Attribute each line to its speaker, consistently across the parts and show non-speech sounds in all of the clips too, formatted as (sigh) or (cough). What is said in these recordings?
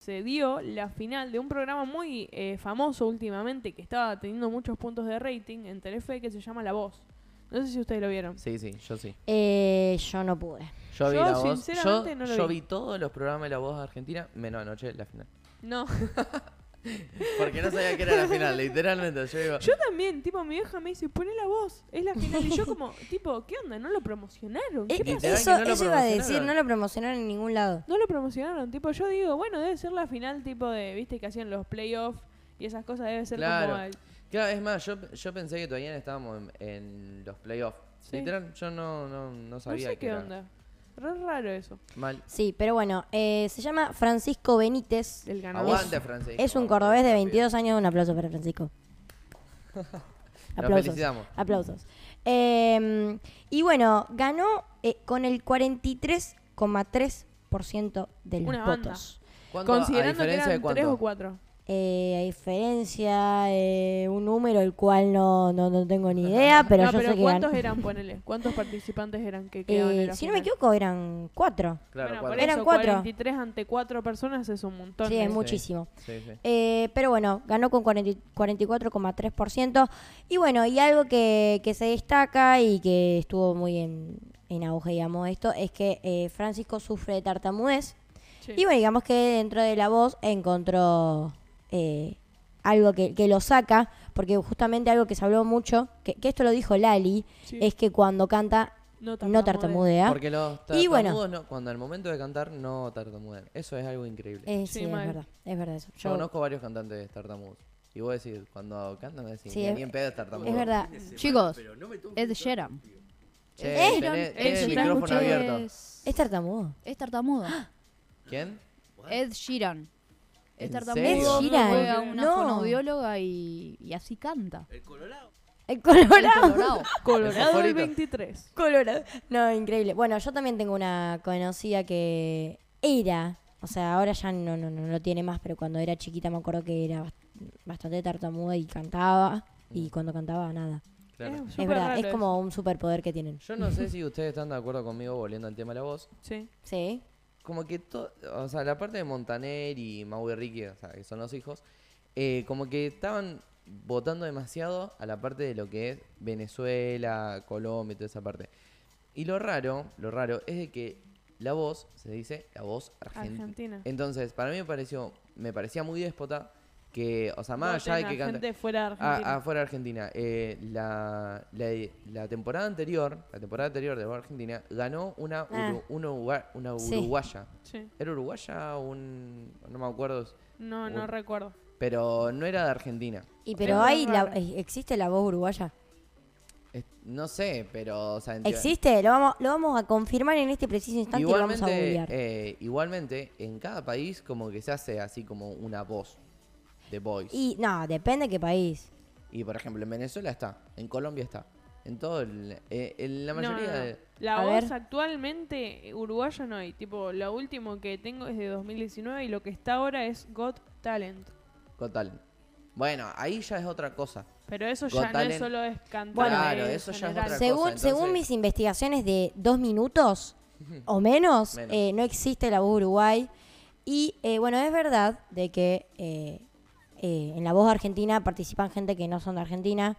Speaker 1: se dio la final de un programa muy eh, famoso últimamente que estaba teniendo muchos puntos de rating en Telefe que se llama La Voz. No sé si ustedes lo vieron.
Speaker 2: Sí, sí, yo sí.
Speaker 3: Eh, yo no pude.
Speaker 2: Yo vi
Speaker 1: Yo,
Speaker 2: la voz. Yo,
Speaker 1: sinceramente, no lo
Speaker 2: yo
Speaker 1: vi.
Speaker 2: vi todos los programas de la voz de Argentina, menos anoche la final. (laughs)
Speaker 1: No,
Speaker 2: Porque no sabía que era la
Speaker 1: (laughs)
Speaker 2: final, literalmente. Yo digo,
Speaker 1: yo también, tipo, mi vieja me dice, poné la voz, es la final. Y yo
Speaker 2: (laughs)
Speaker 1: como, tipo, ¿qué onda? ¿No lo promocionaron? ¿Qué
Speaker 3: Eh,
Speaker 1: pasó?
Speaker 2: literal que
Speaker 3: eso
Speaker 2: no lo
Speaker 3: eso iba a decir,
Speaker 2: promocionaron.
Speaker 3: no lo promocionaron en ningún lado.
Speaker 1: No lo promocionaron, tipo, yo digo, bueno, debe ser la final tipo de, viste, que hacían los playoffs y esas cosas, debe ser
Speaker 2: Claro.
Speaker 1: como... el-
Speaker 2: Claro, es más, yo, yo pensé que todavía estábamos en, en los playoffs.
Speaker 1: Sí.
Speaker 2: Literal, yo no, no, no
Speaker 1: No
Speaker 2: sabía
Speaker 1: sé qué
Speaker 2: que era
Speaker 1: onda. Re raro eso,
Speaker 2: Mal.
Speaker 3: Sí, pero bueno, eh, se llama Francisco Benítez.
Speaker 1: del ganador.
Speaker 2: Aguante, Francisco.
Speaker 3: Es un
Speaker 2: aguante,
Speaker 3: cordobés de
Speaker 2: Francisco.
Speaker 3: 22 años. Un aplauso
Speaker 1: (laughs)
Speaker 3: para Francisco.
Speaker 2: Lo
Speaker 3: Aplausos.
Speaker 2: felicitamos.
Speaker 3: Aplausos. Eh, y bueno, ganó eh, con el 43,3% de los
Speaker 1: Una banda.
Speaker 3: votos.
Speaker 2: ¿Cuánto-
Speaker 1: Considerando
Speaker 2: a
Speaker 1: que
Speaker 2: diferencia
Speaker 1: eran
Speaker 2: de cuánto?
Speaker 1: tres o cuatro.
Speaker 3: Eh, a diferencia, eh, un número el cual no, no, no tengo ni idea, pero
Speaker 1: no,
Speaker 3: yo
Speaker 1: pero
Speaker 3: sé que
Speaker 1: ¿cuántos
Speaker 3: (laughs) ganó.
Speaker 1: eran? Ponele. ¿Cuántos participantes eran que quedaban en
Speaker 3: Eh,
Speaker 1: la
Speaker 3: si no me
Speaker 1: final?
Speaker 3: equivoco, eran cuatro.
Speaker 2: Claro,
Speaker 1: Bueno,
Speaker 2: cuatro.
Speaker 1: por eso,
Speaker 3: Eran cuatro.
Speaker 1: 43 ante 4 personas es un montón.
Speaker 3: Sí, es
Speaker 1: ¿eh?
Speaker 3: muy- muchísimo.
Speaker 2: Sí, sí.
Speaker 3: Eh, pero bueno, ganó con 40 44,3%. Y bueno, y algo que, que se destaca y que estuvo muy en, en auge, digamos, esto, es que eh, Francisco sufre de tartamudez.
Speaker 1: Sí.
Speaker 3: Y bueno, digamos que dentro de la voz encontró eh, algo que, que lo saca, porque justamente algo que se habló mucho, que, que esto lo dijo Lali,
Speaker 1: Sí.
Speaker 3: es que cuando canta
Speaker 1: No
Speaker 3: no
Speaker 1: tartamudea.
Speaker 3: tartamudea.
Speaker 2: Porque los tartamudos,
Speaker 3: Y bueno.
Speaker 2: no, cuando al momento de cantar, no tartamudean. Eso es algo increíble.
Speaker 3: Eh,
Speaker 1: Sí,
Speaker 3: sí, es
Speaker 1: mal.
Speaker 3: verdad, es verdad eso.
Speaker 2: Yo
Speaker 3: Yo-
Speaker 2: conozco varios cantantes tartamudos. Y vos decís, cuando cantan, me decís,
Speaker 3: Sí,
Speaker 2: ni
Speaker 3: es-
Speaker 2: ni en pedo es tartamudo.
Speaker 3: es verdad.
Speaker 4: Chicos, Ed Sheeran.
Speaker 2: Che, tenés,
Speaker 3: Eh,
Speaker 4: Sheeran
Speaker 2: tenés
Speaker 1: eh,
Speaker 2: el
Speaker 4: es-
Speaker 1: Sheeran,
Speaker 2: micrófono
Speaker 4: es-
Speaker 2: abierto. Ah,
Speaker 3: Es tartamudo.
Speaker 4: Es tartamudo.
Speaker 2: ¿Quién?
Speaker 4: Ed Sheeran. Es
Speaker 2: ¿En
Speaker 4: tartamudo.
Speaker 2: serio?
Speaker 3: Ed Sheeran.
Speaker 4: Juega una
Speaker 3: No.
Speaker 4: fonobióloga y, y así canta.
Speaker 3: El
Speaker 4: El
Speaker 3: colorado.
Speaker 4: Colorado.
Speaker 1: Colorado del
Speaker 2: favorito.
Speaker 1: 23.
Speaker 3: Colorado. No, increíble. Bueno, yo también tengo una conocida que era, o sea, ahora ya no, no, no lo tiene más, pero cuando era chiquita me acuerdo que era bast- bastante tartamuda y cantaba.
Speaker 2: Mm.
Speaker 3: Y cuando cantaba, nada.
Speaker 2: Claro.
Speaker 1: Es,
Speaker 3: es
Speaker 1: súper
Speaker 3: verdad,
Speaker 1: raro
Speaker 3: es como un superpoder que tienen.
Speaker 2: Yo no sé si ustedes están de acuerdo conmigo, volviendo al tema de la voz.
Speaker 1: eso. Sí.
Speaker 3: Sí.
Speaker 2: Como que todo, o sea, la parte de Montaner y Mau y Ricky, o sea, que son los hijos, eh, como que estaban votando demasiado a la parte de lo que es Venezuela, Colombia y toda esa parte. Y lo raro, lo raro es de que la voz se dice la voz argentina.
Speaker 1: Argentina.
Speaker 2: Entonces, para mí me pareció, me parecía muy déspota que, o sea, más allá
Speaker 1: Voten
Speaker 2: de que
Speaker 1: a
Speaker 2: canta-
Speaker 1: gente fuera de
Speaker 2: Ah,
Speaker 1: Argentina.
Speaker 2: afuera de Argentina. Eh, la, la- la temporada anterior, la temporada anterior de Argentina, ganó una, uru-
Speaker 3: Ah.
Speaker 2: una, uruga- una
Speaker 3: Sí.
Speaker 2: uruguaya.
Speaker 1: Sí.
Speaker 2: ¿Era uruguaya o un.? No me acuerdo.
Speaker 1: No, no
Speaker 2: Bueno.
Speaker 1: recuerdo.
Speaker 2: Pero no era de Argentina.
Speaker 3: Y
Speaker 1: Es
Speaker 3: pero hay
Speaker 1: muy
Speaker 3: la-
Speaker 1: raro.
Speaker 3: eh, existe la voz uruguaya.
Speaker 2: Es- no sé, pero. o sea, en teo-
Speaker 3: Existe, lo vamos, lo vamos a confirmar en este preciso instante y lo vamos a
Speaker 2: Igualmente,
Speaker 3: googlear.
Speaker 2: eh, igualmente, en cada país, como que se hace así como una voz. De voice. Y,
Speaker 3: Y no, depende de qué país.
Speaker 2: por ejemplo, en Venezuela está. En Colombia está. En todo. el- eh, en la
Speaker 1: No,
Speaker 2: mayoría
Speaker 1: no, no.
Speaker 2: de.
Speaker 1: La
Speaker 3: A
Speaker 1: voz
Speaker 3: ver.
Speaker 1: actualmente uruguaya no hay. Tipo, lo último que tengo es de 2019 y lo que está ahora es Got Talent.
Speaker 2: Total. Bueno, ahí ya es otra cosa.
Speaker 1: Pero eso
Speaker 2: Got
Speaker 1: ya no
Speaker 2: Talent.
Speaker 1: es solo es cantar.
Speaker 3: Bueno,
Speaker 2: Claro,
Speaker 1: en
Speaker 2: eso ya es
Speaker 1: general.
Speaker 2: otra cosa,
Speaker 3: Según, según
Speaker 2: entonces-
Speaker 3: mis investigaciones de dos minutos o menos,
Speaker 2: Menos.
Speaker 3: eh, no existe la voz Uruguay. Y eh, bueno, es verdad de que eh, eh, en la voz argentina participan gente que no son de Argentina,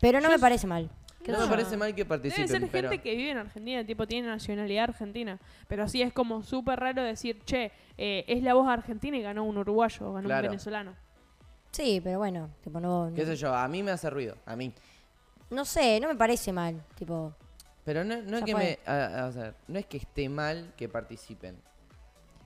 Speaker 3: pero no me parece mal.
Speaker 1: ¿Qué
Speaker 2: No
Speaker 1: sé yo?
Speaker 2: me parece mal que participen,
Speaker 1: Debe ser
Speaker 2: pero
Speaker 1: gente que vive en Argentina, tipo tiene nacionalidad argentina. Pero sí es como súper raro decir, che, eh, es la voz argentina y ganó un uruguayo, ganó
Speaker 2: Claro.
Speaker 1: un venezolano.
Speaker 3: Sí, pero bueno, tipo, no,
Speaker 2: qué sé yo, a mí me hace ruido, a mí.
Speaker 3: no sé, no me parece mal. Tipo,
Speaker 2: Pero no, no es
Speaker 3: Ya
Speaker 2: que
Speaker 3: fue.
Speaker 2: me, a- a- o sea, no es que esté mal que participen.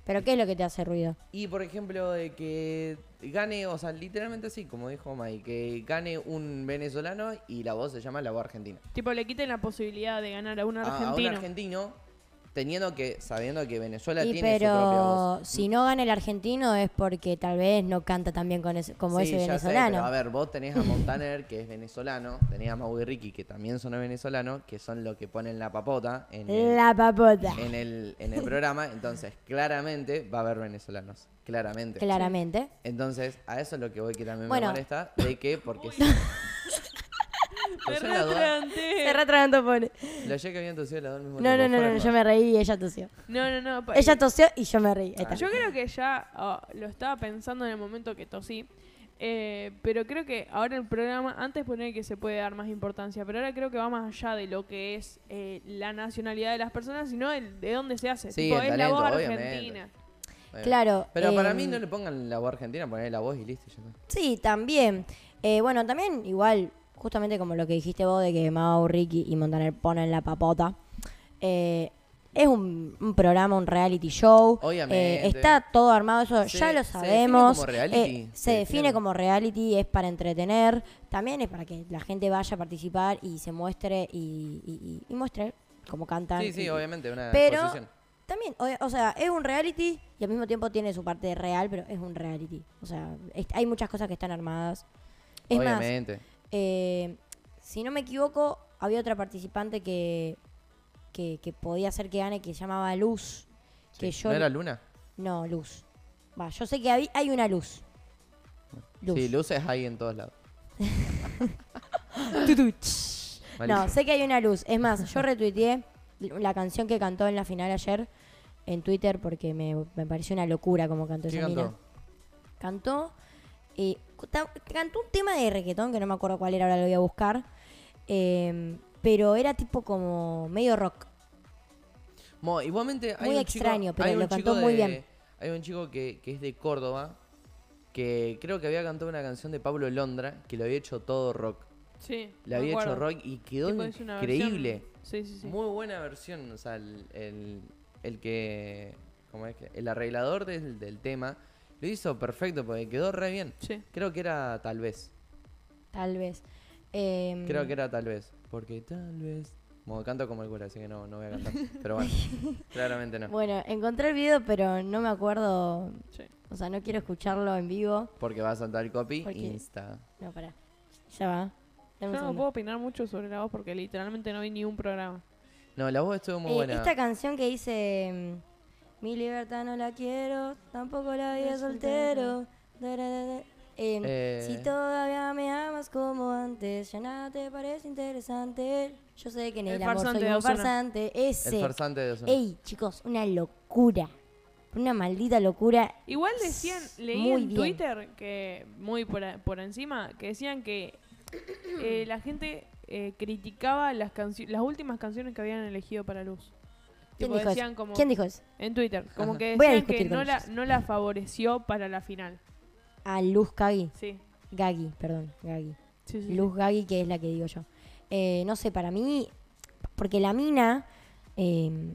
Speaker 3: pero ¿qué es lo que te hace ruido?
Speaker 2: Y por ejemplo de que gane, o sea, literalmente así, como dijo May, que gane un venezolano y la voz se llama la voz argentina.
Speaker 1: Tipo, le quiten la posibilidad de ganar a un
Speaker 2: Ah, A- A, un
Speaker 1: argentino.
Speaker 2: argentino teniendo que sabiendo que Venezuela
Speaker 3: Y
Speaker 2: tiene su propia
Speaker 3: pero
Speaker 2: voz.
Speaker 3: si no gana el argentino es porque tal vez no canta tan bien con ese- como
Speaker 2: Sí,
Speaker 3: ese
Speaker 2: ya sé,
Speaker 3: venezolano.
Speaker 2: pero a ver, vos tenés a Montaner, que es venezolano, tenés a Mau y Ricky, que también son venezolanos, que son los que ponen la papota en el,
Speaker 3: la papota.
Speaker 2: en el, en el programa, entonces claramente va a haber venezolanos. Claramente.
Speaker 3: Claramente.
Speaker 2: Entonces, a eso es lo que voy que también
Speaker 3: Bueno.
Speaker 2: me molesta, de que porque
Speaker 1: Me
Speaker 2: Tosé la dos.
Speaker 1: retranté.
Speaker 3: Se retragantó, pobre.
Speaker 2: La ya que habían tosido las dos al mismo
Speaker 3: No, no,
Speaker 2: tiempo,
Speaker 3: no,
Speaker 2: fuera
Speaker 3: no,
Speaker 2: de
Speaker 3: yo me reí y ella tosió.
Speaker 1: No, no, no. pa- eh,
Speaker 3: Ella tosió y yo me reí. Ahí está.
Speaker 1: Yo creo que ya ah, lo estaba pensando en el momento que tosí. eh, pero creo que ahora el programa, antes poner que se puede dar más importancia, pero ahora creo que va más allá de lo que es eh, la nacionalidad de las personas, sino el de dónde se hace.
Speaker 2: Sí,
Speaker 1: Tipo,
Speaker 2: el
Speaker 1: es la
Speaker 2: talento,
Speaker 1: voz
Speaker 2: obviamente.
Speaker 1: argentina.
Speaker 2: Bueno.
Speaker 3: Claro.
Speaker 2: Pero para
Speaker 3: em,
Speaker 2: mí no le pongan la voz argentina, poner la voz y listo. Ya está.
Speaker 3: Sí, también. Eh, bueno, también igual, justamente como lo que dijiste vos de que Mau, Ricky y Montaner ponen la papota. eh, es un, un programa, un reality show.
Speaker 2: Obviamente.
Speaker 3: Eh, está todo armado, eso
Speaker 2: Se-
Speaker 3: ya lo
Speaker 2: se define como
Speaker 3: sabemos.
Speaker 2: reality.
Speaker 3: Eh, se, define como reality, es para entretener. También es para que la gente vaya a participar y se muestre y, y- y- y muestre cómo cantan.
Speaker 2: Sí, sí,
Speaker 3: y-
Speaker 2: obviamente, una
Speaker 3: pero
Speaker 2: exposición.
Speaker 3: también, o, o sea, es un reality y al mismo tiempo tiene su parte real, pero es un reality. O sea, es- hay muchas cosas que están armadas. Es más,
Speaker 2: obviamente.
Speaker 3: eh, si no me equivoco, había otra participante que, que, que podía hacer que gane que se llamaba Luz. Que
Speaker 2: Sí.
Speaker 3: yo
Speaker 2: ¿No era Luna?
Speaker 3: no, Luz. Va, yo sé que hay, hay una luz. Luz.
Speaker 2: Sí,
Speaker 3: (laughs)
Speaker 2: Luz es ahí en todos lados. Malísimo.
Speaker 3: No, sé que hay una luz. Es más, yo retuiteé la canción que cantó en la final ayer en Twitter porque me, me pareció una locura como cantó
Speaker 2: ¿Qué
Speaker 3: esa mina.
Speaker 2: cantó?
Speaker 3: Cantó, eh, ta- cantó un tema de reggaetón que no me acuerdo cuál era, ahora lo voy a buscar. eh, pero era tipo como medio rock.
Speaker 2: Mo, igualmente hay
Speaker 3: Muy
Speaker 2: un
Speaker 3: extraño,
Speaker 2: chico,
Speaker 3: pero
Speaker 2: hay un
Speaker 3: lo
Speaker 2: chico
Speaker 3: cantó muy
Speaker 2: de-
Speaker 3: bien.
Speaker 2: Hay un chico que, que es de Córdoba, que creo que había cantado una canción de Pablo Londra, que lo había hecho todo rock.
Speaker 1: Sí.
Speaker 2: Le
Speaker 1: me
Speaker 2: había hecho
Speaker 1: acuerdo.
Speaker 2: rock y quedó
Speaker 1: Tipo, es una versión-
Speaker 2: increíble.
Speaker 1: Sí, sí, sí.
Speaker 2: Muy buena versión, o sea, el, el, el que, ¿cómo es que? El arreglador del, del tema lo hizo perfecto porque quedó re bien.
Speaker 1: Sí.
Speaker 2: Creo que era tal vez,
Speaker 3: Tal vez. Eh,
Speaker 2: creo que era tal vez, porque tal vez... Bueno, canto como el cura, así que no, no voy a cantar, pero
Speaker 3: (laughs)
Speaker 2: bueno, claramente no,
Speaker 3: Bueno, encontré el video, pero no me acuerdo.
Speaker 1: Sí.
Speaker 3: O sea, no quiero escucharlo en vivo.
Speaker 2: porque va a saltar el copy,
Speaker 3: Porque-
Speaker 2: insta.
Speaker 3: No, pará. Ya va. Dame un
Speaker 1: Yo no
Speaker 3: segundo.
Speaker 1: puedo opinar mucho sobre la voz porque literalmente no vi ni un programa.
Speaker 2: No, la voz estuvo muy
Speaker 3: Eh,
Speaker 2: buena.
Speaker 3: Esta canción que dice mm, Mi libertad no la quiero, tampoco la vida de soltero. da, da, da, da". Eh,
Speaker 2: Eh.
Speaker 3: Si todavía me amas como antes, ya nada te parece interesante. Yo sé que en
Speaker 1: El
Speaker 3: el, amor
Speaker 1: farsante
Speaker 3: soy
Speaker 1: de
Speaker 3: un
Speaker 1: Ozuna.
Speaker 3: farsante.
Speaker 2: El
Speaker 3: Ese.
Speaker 2: farsante de Ozuna.
Speaker 3: Ey, chicos, una locura. Una maldita locura.
Speaker 1: Igual decían, leí
Speaker 3: Muy
Speaker 1: en
Speaker 3: bien.
Speaker 1: Twitter, que muy por, a- por encima, que decían que
Speaker 2: (clears throat)
Speaker 1: eh, la gente eh, criticaba las, cancio- las últimas canciones que habían elegido para Luz.
Speaker 3: ¿Quién
Speaker 1: Tipo,
Speaker 3: dijo,
Speaker 1: decían
Speaker 3: eso?
Speaker 1: como
Speaker 3: ¿Quién dijo eso?
Speaker 1: en Twitter, como que
Speaker 3: Voy a
Speaker 1: decían que
Speaker 3: discutir con
Speaker 1: no la,
Speaker 3: ellos.
Speaker 1: no la favoreció para la final.
Speaker 3: A Ah, Luz Gagui.
Speaker 1: Sí.
Speaker 3: Gagui, perdón, Gagui.
Speaker 1: Sí, sí, sí.
Speaker 3: Luz Gagui, que es la que digo yo. Eh, no sé, para mí, porque la mina, eh,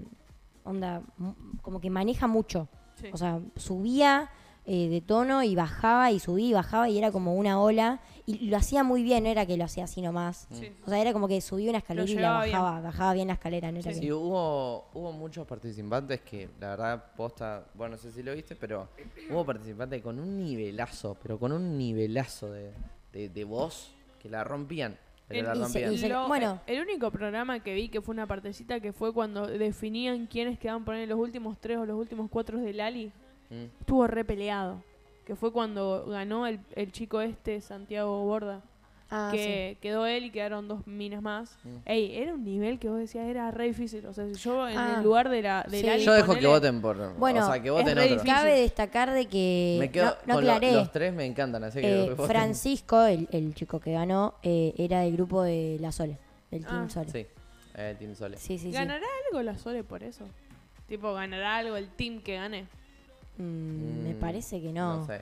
Speaker 3: onda, m- como que maneja mucho.
Speaker 1: Sí.
Speaker 3: O sea, subía eh, de tono y bajaba y subía y bajaba y era como una ola. Y lo hacía muy bien, no era que lo hacía así nomás.
Speaker 1: Sí.
Speaker 3: O sea, era como que subía una escalera y la
Speaker 1: llevaba bien.
Speaker 3: bajaba, bajaba bien la escalera. No era
Speaker 2: Sí,
Speaker 3: que-
Speaker 2: hubo, hubo muchos participantes que, la verdad, posta, bueno, no sé si lo viste, pero hubo participantes con un nivelazo, pero con un nivelazo de, de, de voz que la rompían. Pero
Speaker 1: El-
Speaker 2: la
Speaker 3: y se-
Speaker 2: rompían.
Speaker 3: y se-
Speaker 1: Lo- eh,
Speaker 3: bueno.
Speaker 1: El único programa que vi que fue una partecita que fue cuando definían quiénes quedaban poner los últimos tres o los últimos cuatro del Ali,
Speaker 2: Mm.
Speaker 1: estuvo re peleado. Que fue cuando ganó el, el chico este, Santiago Borda.
Speaker 3: Ah, sí.
Speaker 1: que quedó él y quedaron dos minas más.
Speaker 2: Mm.
Speaker 1: Ey, era un nivel que vos decías era re difícil. O sea, si yo en
Speaker 3: Ah.
Speaker 1: el lugar de la. del
Speaker 3: Sí.
Speaker 1: Ali,
Speaker 2: Yo dejo que
Speaker 1: ponele-
Speaker 2: voten por.
Speaker 3: Bueno,
Speaker 2: o sea, que
Speaker 3: es
Speaker 2: voten
Speaker 1: re
Speaker 2: otro.
Speaker 1: difícil.
Speaker 3: Cabe destacar de que.
Speaker 2: Me quedo
Speaker 3: no, no
Speaker 2: con lo-
Speaker 3: aclaré.
Speaker 2: los tres me encantan, así que.
Speaker 3: Eh,
Speaker 2: voten.
Speaker 3: Francisco, el, el chico que ganó, eh, era del grupo de La Sole, del Team
Speaker 1: Ah,
Speaker 3: Sole.
Speaker 2: Sí, eh, Team Sole.
Speaker 3: Sí, sí, sí.
Speaker 1: ¿Ganará algo la Sole por eso? Tipo, ¿ganará algo el team que gane?
Speaker 3: Mm, me
Speaker 2: Mm,
Speaker 3: parece que no.
Speaker 2: No sé.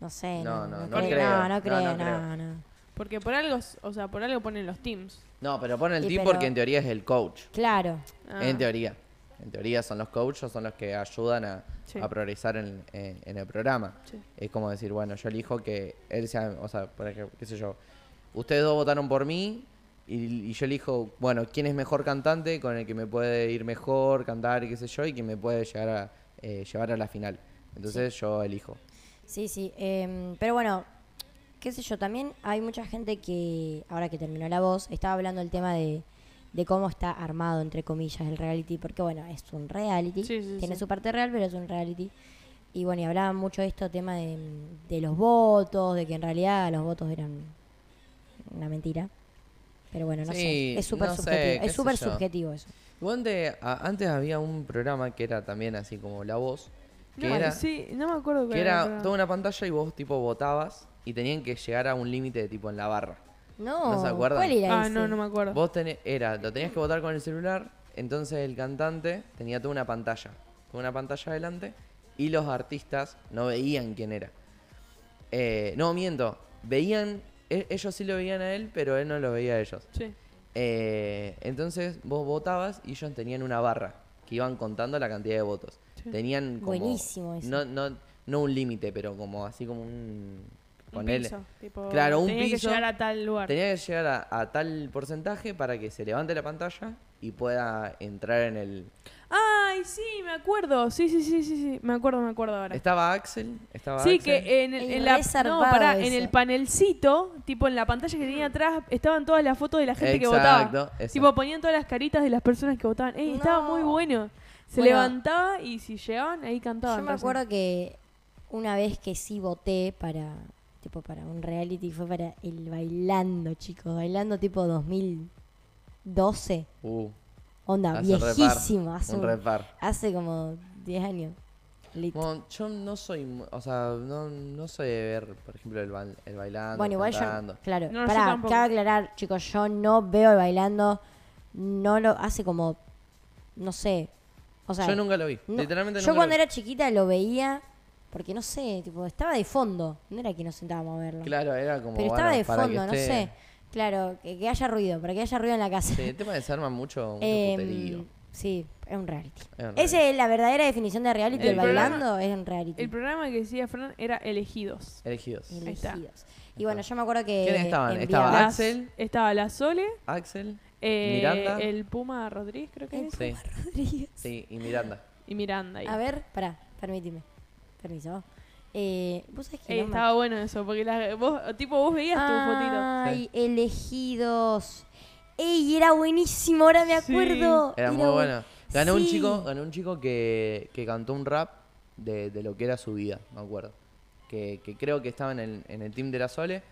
Speaker 3: No sé.
Speaker 2: No,
Speaker 3: No,
Speaker 2: no,
Speaker 3: no,
Speaker 2: no
Speaker 3: creo.
Speaker 2: creo.
Speaker 3: No,
Speaker 2: No,
Speaker 3: no creo.
Speaker 2: no
Speaker 3: No,
Speaker 2: creo.
Speaker 3: no.
Speaker 1: Porque por algo, o sea, por algo ponen los teams.
Speaker 2: No, pero pon el
Speaker 3: Y
Speaker 2: team
Speaker 3: pero-
Speaker 2: porque en teoría es el coach.
Speaker 3: Claro.
Speaker 1: Ah,
Speaker 2: En teoría. En teoría son los coaches, son los que ayudan a,
Speaker 1: Sí.
Speaker 2: a progresar en, en- en el programa.
Speaker 1: Sí.
Speaker 2: Es como decir, bueno, yo elijo que él sea, o sea, por ejemplo, qué sé yo, ustedes dos votaron por mí y, y yo elijo, bueno, quién es mejor cantante, con el que me puede ir mejor, cantar y qué sé yo, y que me puede llegar a, eh, llevar a la final. Entonces yo elijo.
Speaker 3: Sí, sí. em, pero bueno, qué sé yo, también hay mucha gente que, ahora que terminó la voz, estaba hablando el tema de, de cómo está armado, entre comillas, el reality, porque bueno, es un reality,
Speaker 1: Sí, sí,
Speaker 3: tiene
Speaker 1: sí.
Speaker 3: su parte real, pero es un reality. Y bueno, y hablaban mucho de esto, tema de, de los votos, de que en realidad los votos eran una mentira. Pero bueno, no
Speaker 2: Sí,
Speaker 3: sé. Es súper
Speaker 2: no sé,
Speaker 3: subjetivo.
Speaker 2: qué
Speaker 3: es
Speaker 2: sé
Speaker 3: súper
Speaker 2: yo.
Speaker 3: subjetivo eso.
Speaker 2: Igual de- a- antes había un programa que era también así como La Voz, que
Speaker 1: No,
Speaker 2: era,
Speaker 1: sí, no me acuerdo cuál
Speaker 2: que
Speaker 1: era el
Speaker 2: era
Speaker 1: programa.
Speaker 2: toda una pantalla y vos tipo votabas y tenían que llegar a un límite de tipo en la barra.
Speaker 3: No,
Speaker 2: se acuerdan?
Speaker 3: ¿cuál era
Speaker 1: Ah,
Speaker 3: ese?
Speaker 1: no, no me acuerdo.
Speaker 2: Vos tenés, era, lo tenías que votar con el celular, entonces el cantante tenía toda una pantalla, toda una pantalla adelante, y los artistas no veían quién era. Eh, no, miento, veían, e- ellos sí lo veían a él, pero él no lo veía a ellos.
Speaker 1: Sí.
Speaker 2: Eh, entonces vos votabas y ellos tenían una barra que iban contando la cantidad de votos. Tenían como,
Speaker 3: Buenísimo eso.
Speaker 2: No, no, no un límite, pero como así como un...
Speaker 1: Un
Speaker 2: ponele-
Speaker 1: piso, tipo,
Speaker 2: Claro, un
Speaker 1: tenía que
Speaker 2: piso.
Speaker 1: llegar a tal lugar.
Speaker 2: Tenía que llegar a, a tal porcentaje para que se levante la pantalla y pueda entrar en el...
Speaker 1: Ay, sí, me acuerdo. Sí, sí, sí, sí, sí. Me acuerdo, me acuerdo ahora.
Speaker 2: Estaba Axel, estaba
Speaker 1: Sí,
Speaker 2: Axel.
Speaker 1: que eh, en, el-
Speaker 3: El
Speaker 1: en la, no,
Speaker 3: resarpado
Speaker 1: pará, en
Speaker 3: ese.
Speaker 1: el panelcito, tipo en la pantalla que tenía atrás, estaban todas las fotos de la gente que votaba.
Speaker 2: Exacto, exacto.
Speaker 1: Tipo, ponían todas las caritas de las personas que votaban. Ey, estaba muy
Speaker 3: No.
Speaker 1: bueno. Se
Speaker 3: Bueno.
Speaker 1: levantaba y si llegaban, ahí cantaban.
Speaker 3: Yo me
Speaker 1: recién.
Speaker 3: acuerdo que una vez que sí voté para tipo para un reality fue para el bailando, chicos, bailando tipo 2012.
Speaker 2: Uh,
Speaker 3: Onda,
Speaker 2: hace repar,
Speaker 3: viejísimo, hace,
Speaker 2: un
Speaker 3: un-
Speaker 2: repar.
Speaker 3: hace como 10 años. Lit. Bueno,
Speaker 2: Bueno, yo no soy, mu- o sea, no, no soy de ver, por ejemplo, el, bail- el bailando,
Speaker 3: igual
Speaker 2: cantando.
Speaker 3: yo, claro,
Speaker 1: No, yo
Speaker 3: pará,
Speaker 1: tampoco.
Speaker 3: cabe aclarar, chicos, yo no veo el bailando, no lo hace como no sé. O sea,
Speaker 2: Yo nunca lo vi,
Speaker 3: no-
Speaker 2: literalmente
Speaker 3: yo
Speaker 2: nunca
Speaker 3: cuando
Speaker 2: lo vi.
Speaker 3: era chiquita lo veía porque no sé, tipo, estaba de fondo, no era que nos sentábamos a verlo.
Speaker 2: Claro, era como,
Speaker 3: Pero
Speaker 2: bueno,
Speaker 3: estaba de
Speaker 2: para que
Speaker 3: fondo, no
Speaker 2: esté-
Speaker 3: sé. Claro, que, que haya ruido, para que haya ruido en la casa.
Speaker 2: Sí,
Speaker 3: (laughs)
Speaker 2: este el tema desarma mucho, mucho
Speaker 3: Em,
Speaker 2: puterío.
Speaker 3: sí, es un reality.
Speaker 2: Es un
Speaker 3: Esa es la verdadera definición de reality,
Speaker 1: El
Speaker 3: el bailando
Speaker 1: programa-
Speaker 3: es un reality.
Speaker 1: El programa que decía Fran era Elegidos.
Speaker 2: Elegidos.
Speaker 1: Ahí está.
Speaker 3: Elegidos. Y bueno, yo me acuerdo que...
Speaker 2: ¿Quiénes estaban?
Speaker 3: enviaba-
Speaker 2: Estaba- Axel.
Speaker 1: Estaba la Sole,
Speaker 3: (laughs)
Speaker 2: Axel,
Speaker 1: eh,
Speaker 2: Miranda.
Speaker 1: el Puma Rodríguez, creo que
Speaker 3: El
Speaker 1: es,
Speaker 2: sí,
Speaker 3: (laughs) Rodríguez.
Speaker 2: sí, y Miranda.
Speaker 1: y Miranda. ahí.
Speaker 3: A ver, pará, permíteme. Permiso. Eh, ¿Vos sabés que
Speaker 1: Ey,
Speaker 3: no me
Speaker 1: estaba bueno eso, porque la- vos, tipo, vos veías tu
Speaker 3: Ay, elegidos. Ey, era buenísimo, ahora me
Speaker 1: Sí.
Speaker 3: acuerdo.
Speaker 2: Era muy
Speaker 3: bu-
Speaker 2: bueno. Ganó un
Speaker 3: Sí.
Speaker 2: chico, ganó un chico que, que cantó un rap de, de lo que era su vida, me acuerdo. Que, que creo que estaba en el, en el team de la Sole.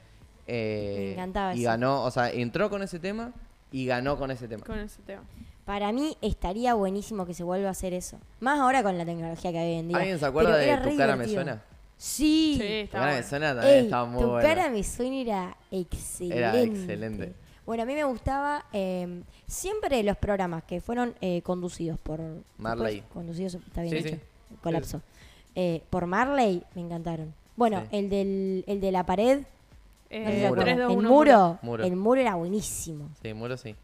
Speaker 2: eh,
Speaker 3: Me encantaba
Speaker 2: Y
Speaker 3: eso.
Speaker 2: ganó, o sea, entró con ese tema y ganó con ese tema.
Speaker 1: fotito con ese tema.
Speaker 3: Para mí estaría buenísimo que se vuelva a hacer eso. Más ahora con la tecnología que hay hoy en día.
Speaker 2: ¿Alguien se acuerda
Speaker 3: Pero
Speaker 2: de
Speaker 3: era
Speaker 2: Tu
Speaker 3: re
Speaker 2: cara me
Speaker 3: divertido.
Speaker 2: suena?
Speaker 3: Sí.
Speaker 1: Sí,
Speaker 2: Tu
Speaker 1: estaba
Speaker 2: cara me
Speaker 1: bueno.
Speaker 2: suena también
Speaker 3: Ey,
Speaker 2: estaba muy
Speaker 3: tu
Speaker 2: bueno.
Speaker 3: cara me suena era excelente.
Speaker 2: excelente.
Speaker 3: Bueno, a mí me gustaba eh, siempre los programas que fueron eh, conducidos por...
Speaker 2: Marley.
Speaker 3: pues, conducidos, está bien
Speaker 2: Sí,
Speaker 3: dicho.
Speaker 2: sí.
Speaker 3: Colapso. Eh, por Marley me encantaron. Bueno,
Speaker 2: Sí.
Speaker 3: el, del, el de la pared.
Speaker 1: Eh,
Speaker 2: El
Speaker 3: no sé si se
Speaker 2: muro.
Speaker 3: acuerdan.
Speaker 1: 3, 2,
Speaker 3: el
Speaker 1: 1,
Speaker 3: muro,
Speaker 2: Muro.
Speaker 3: El muro era buenísimo.
Speaker 2: Sí, Muro sí.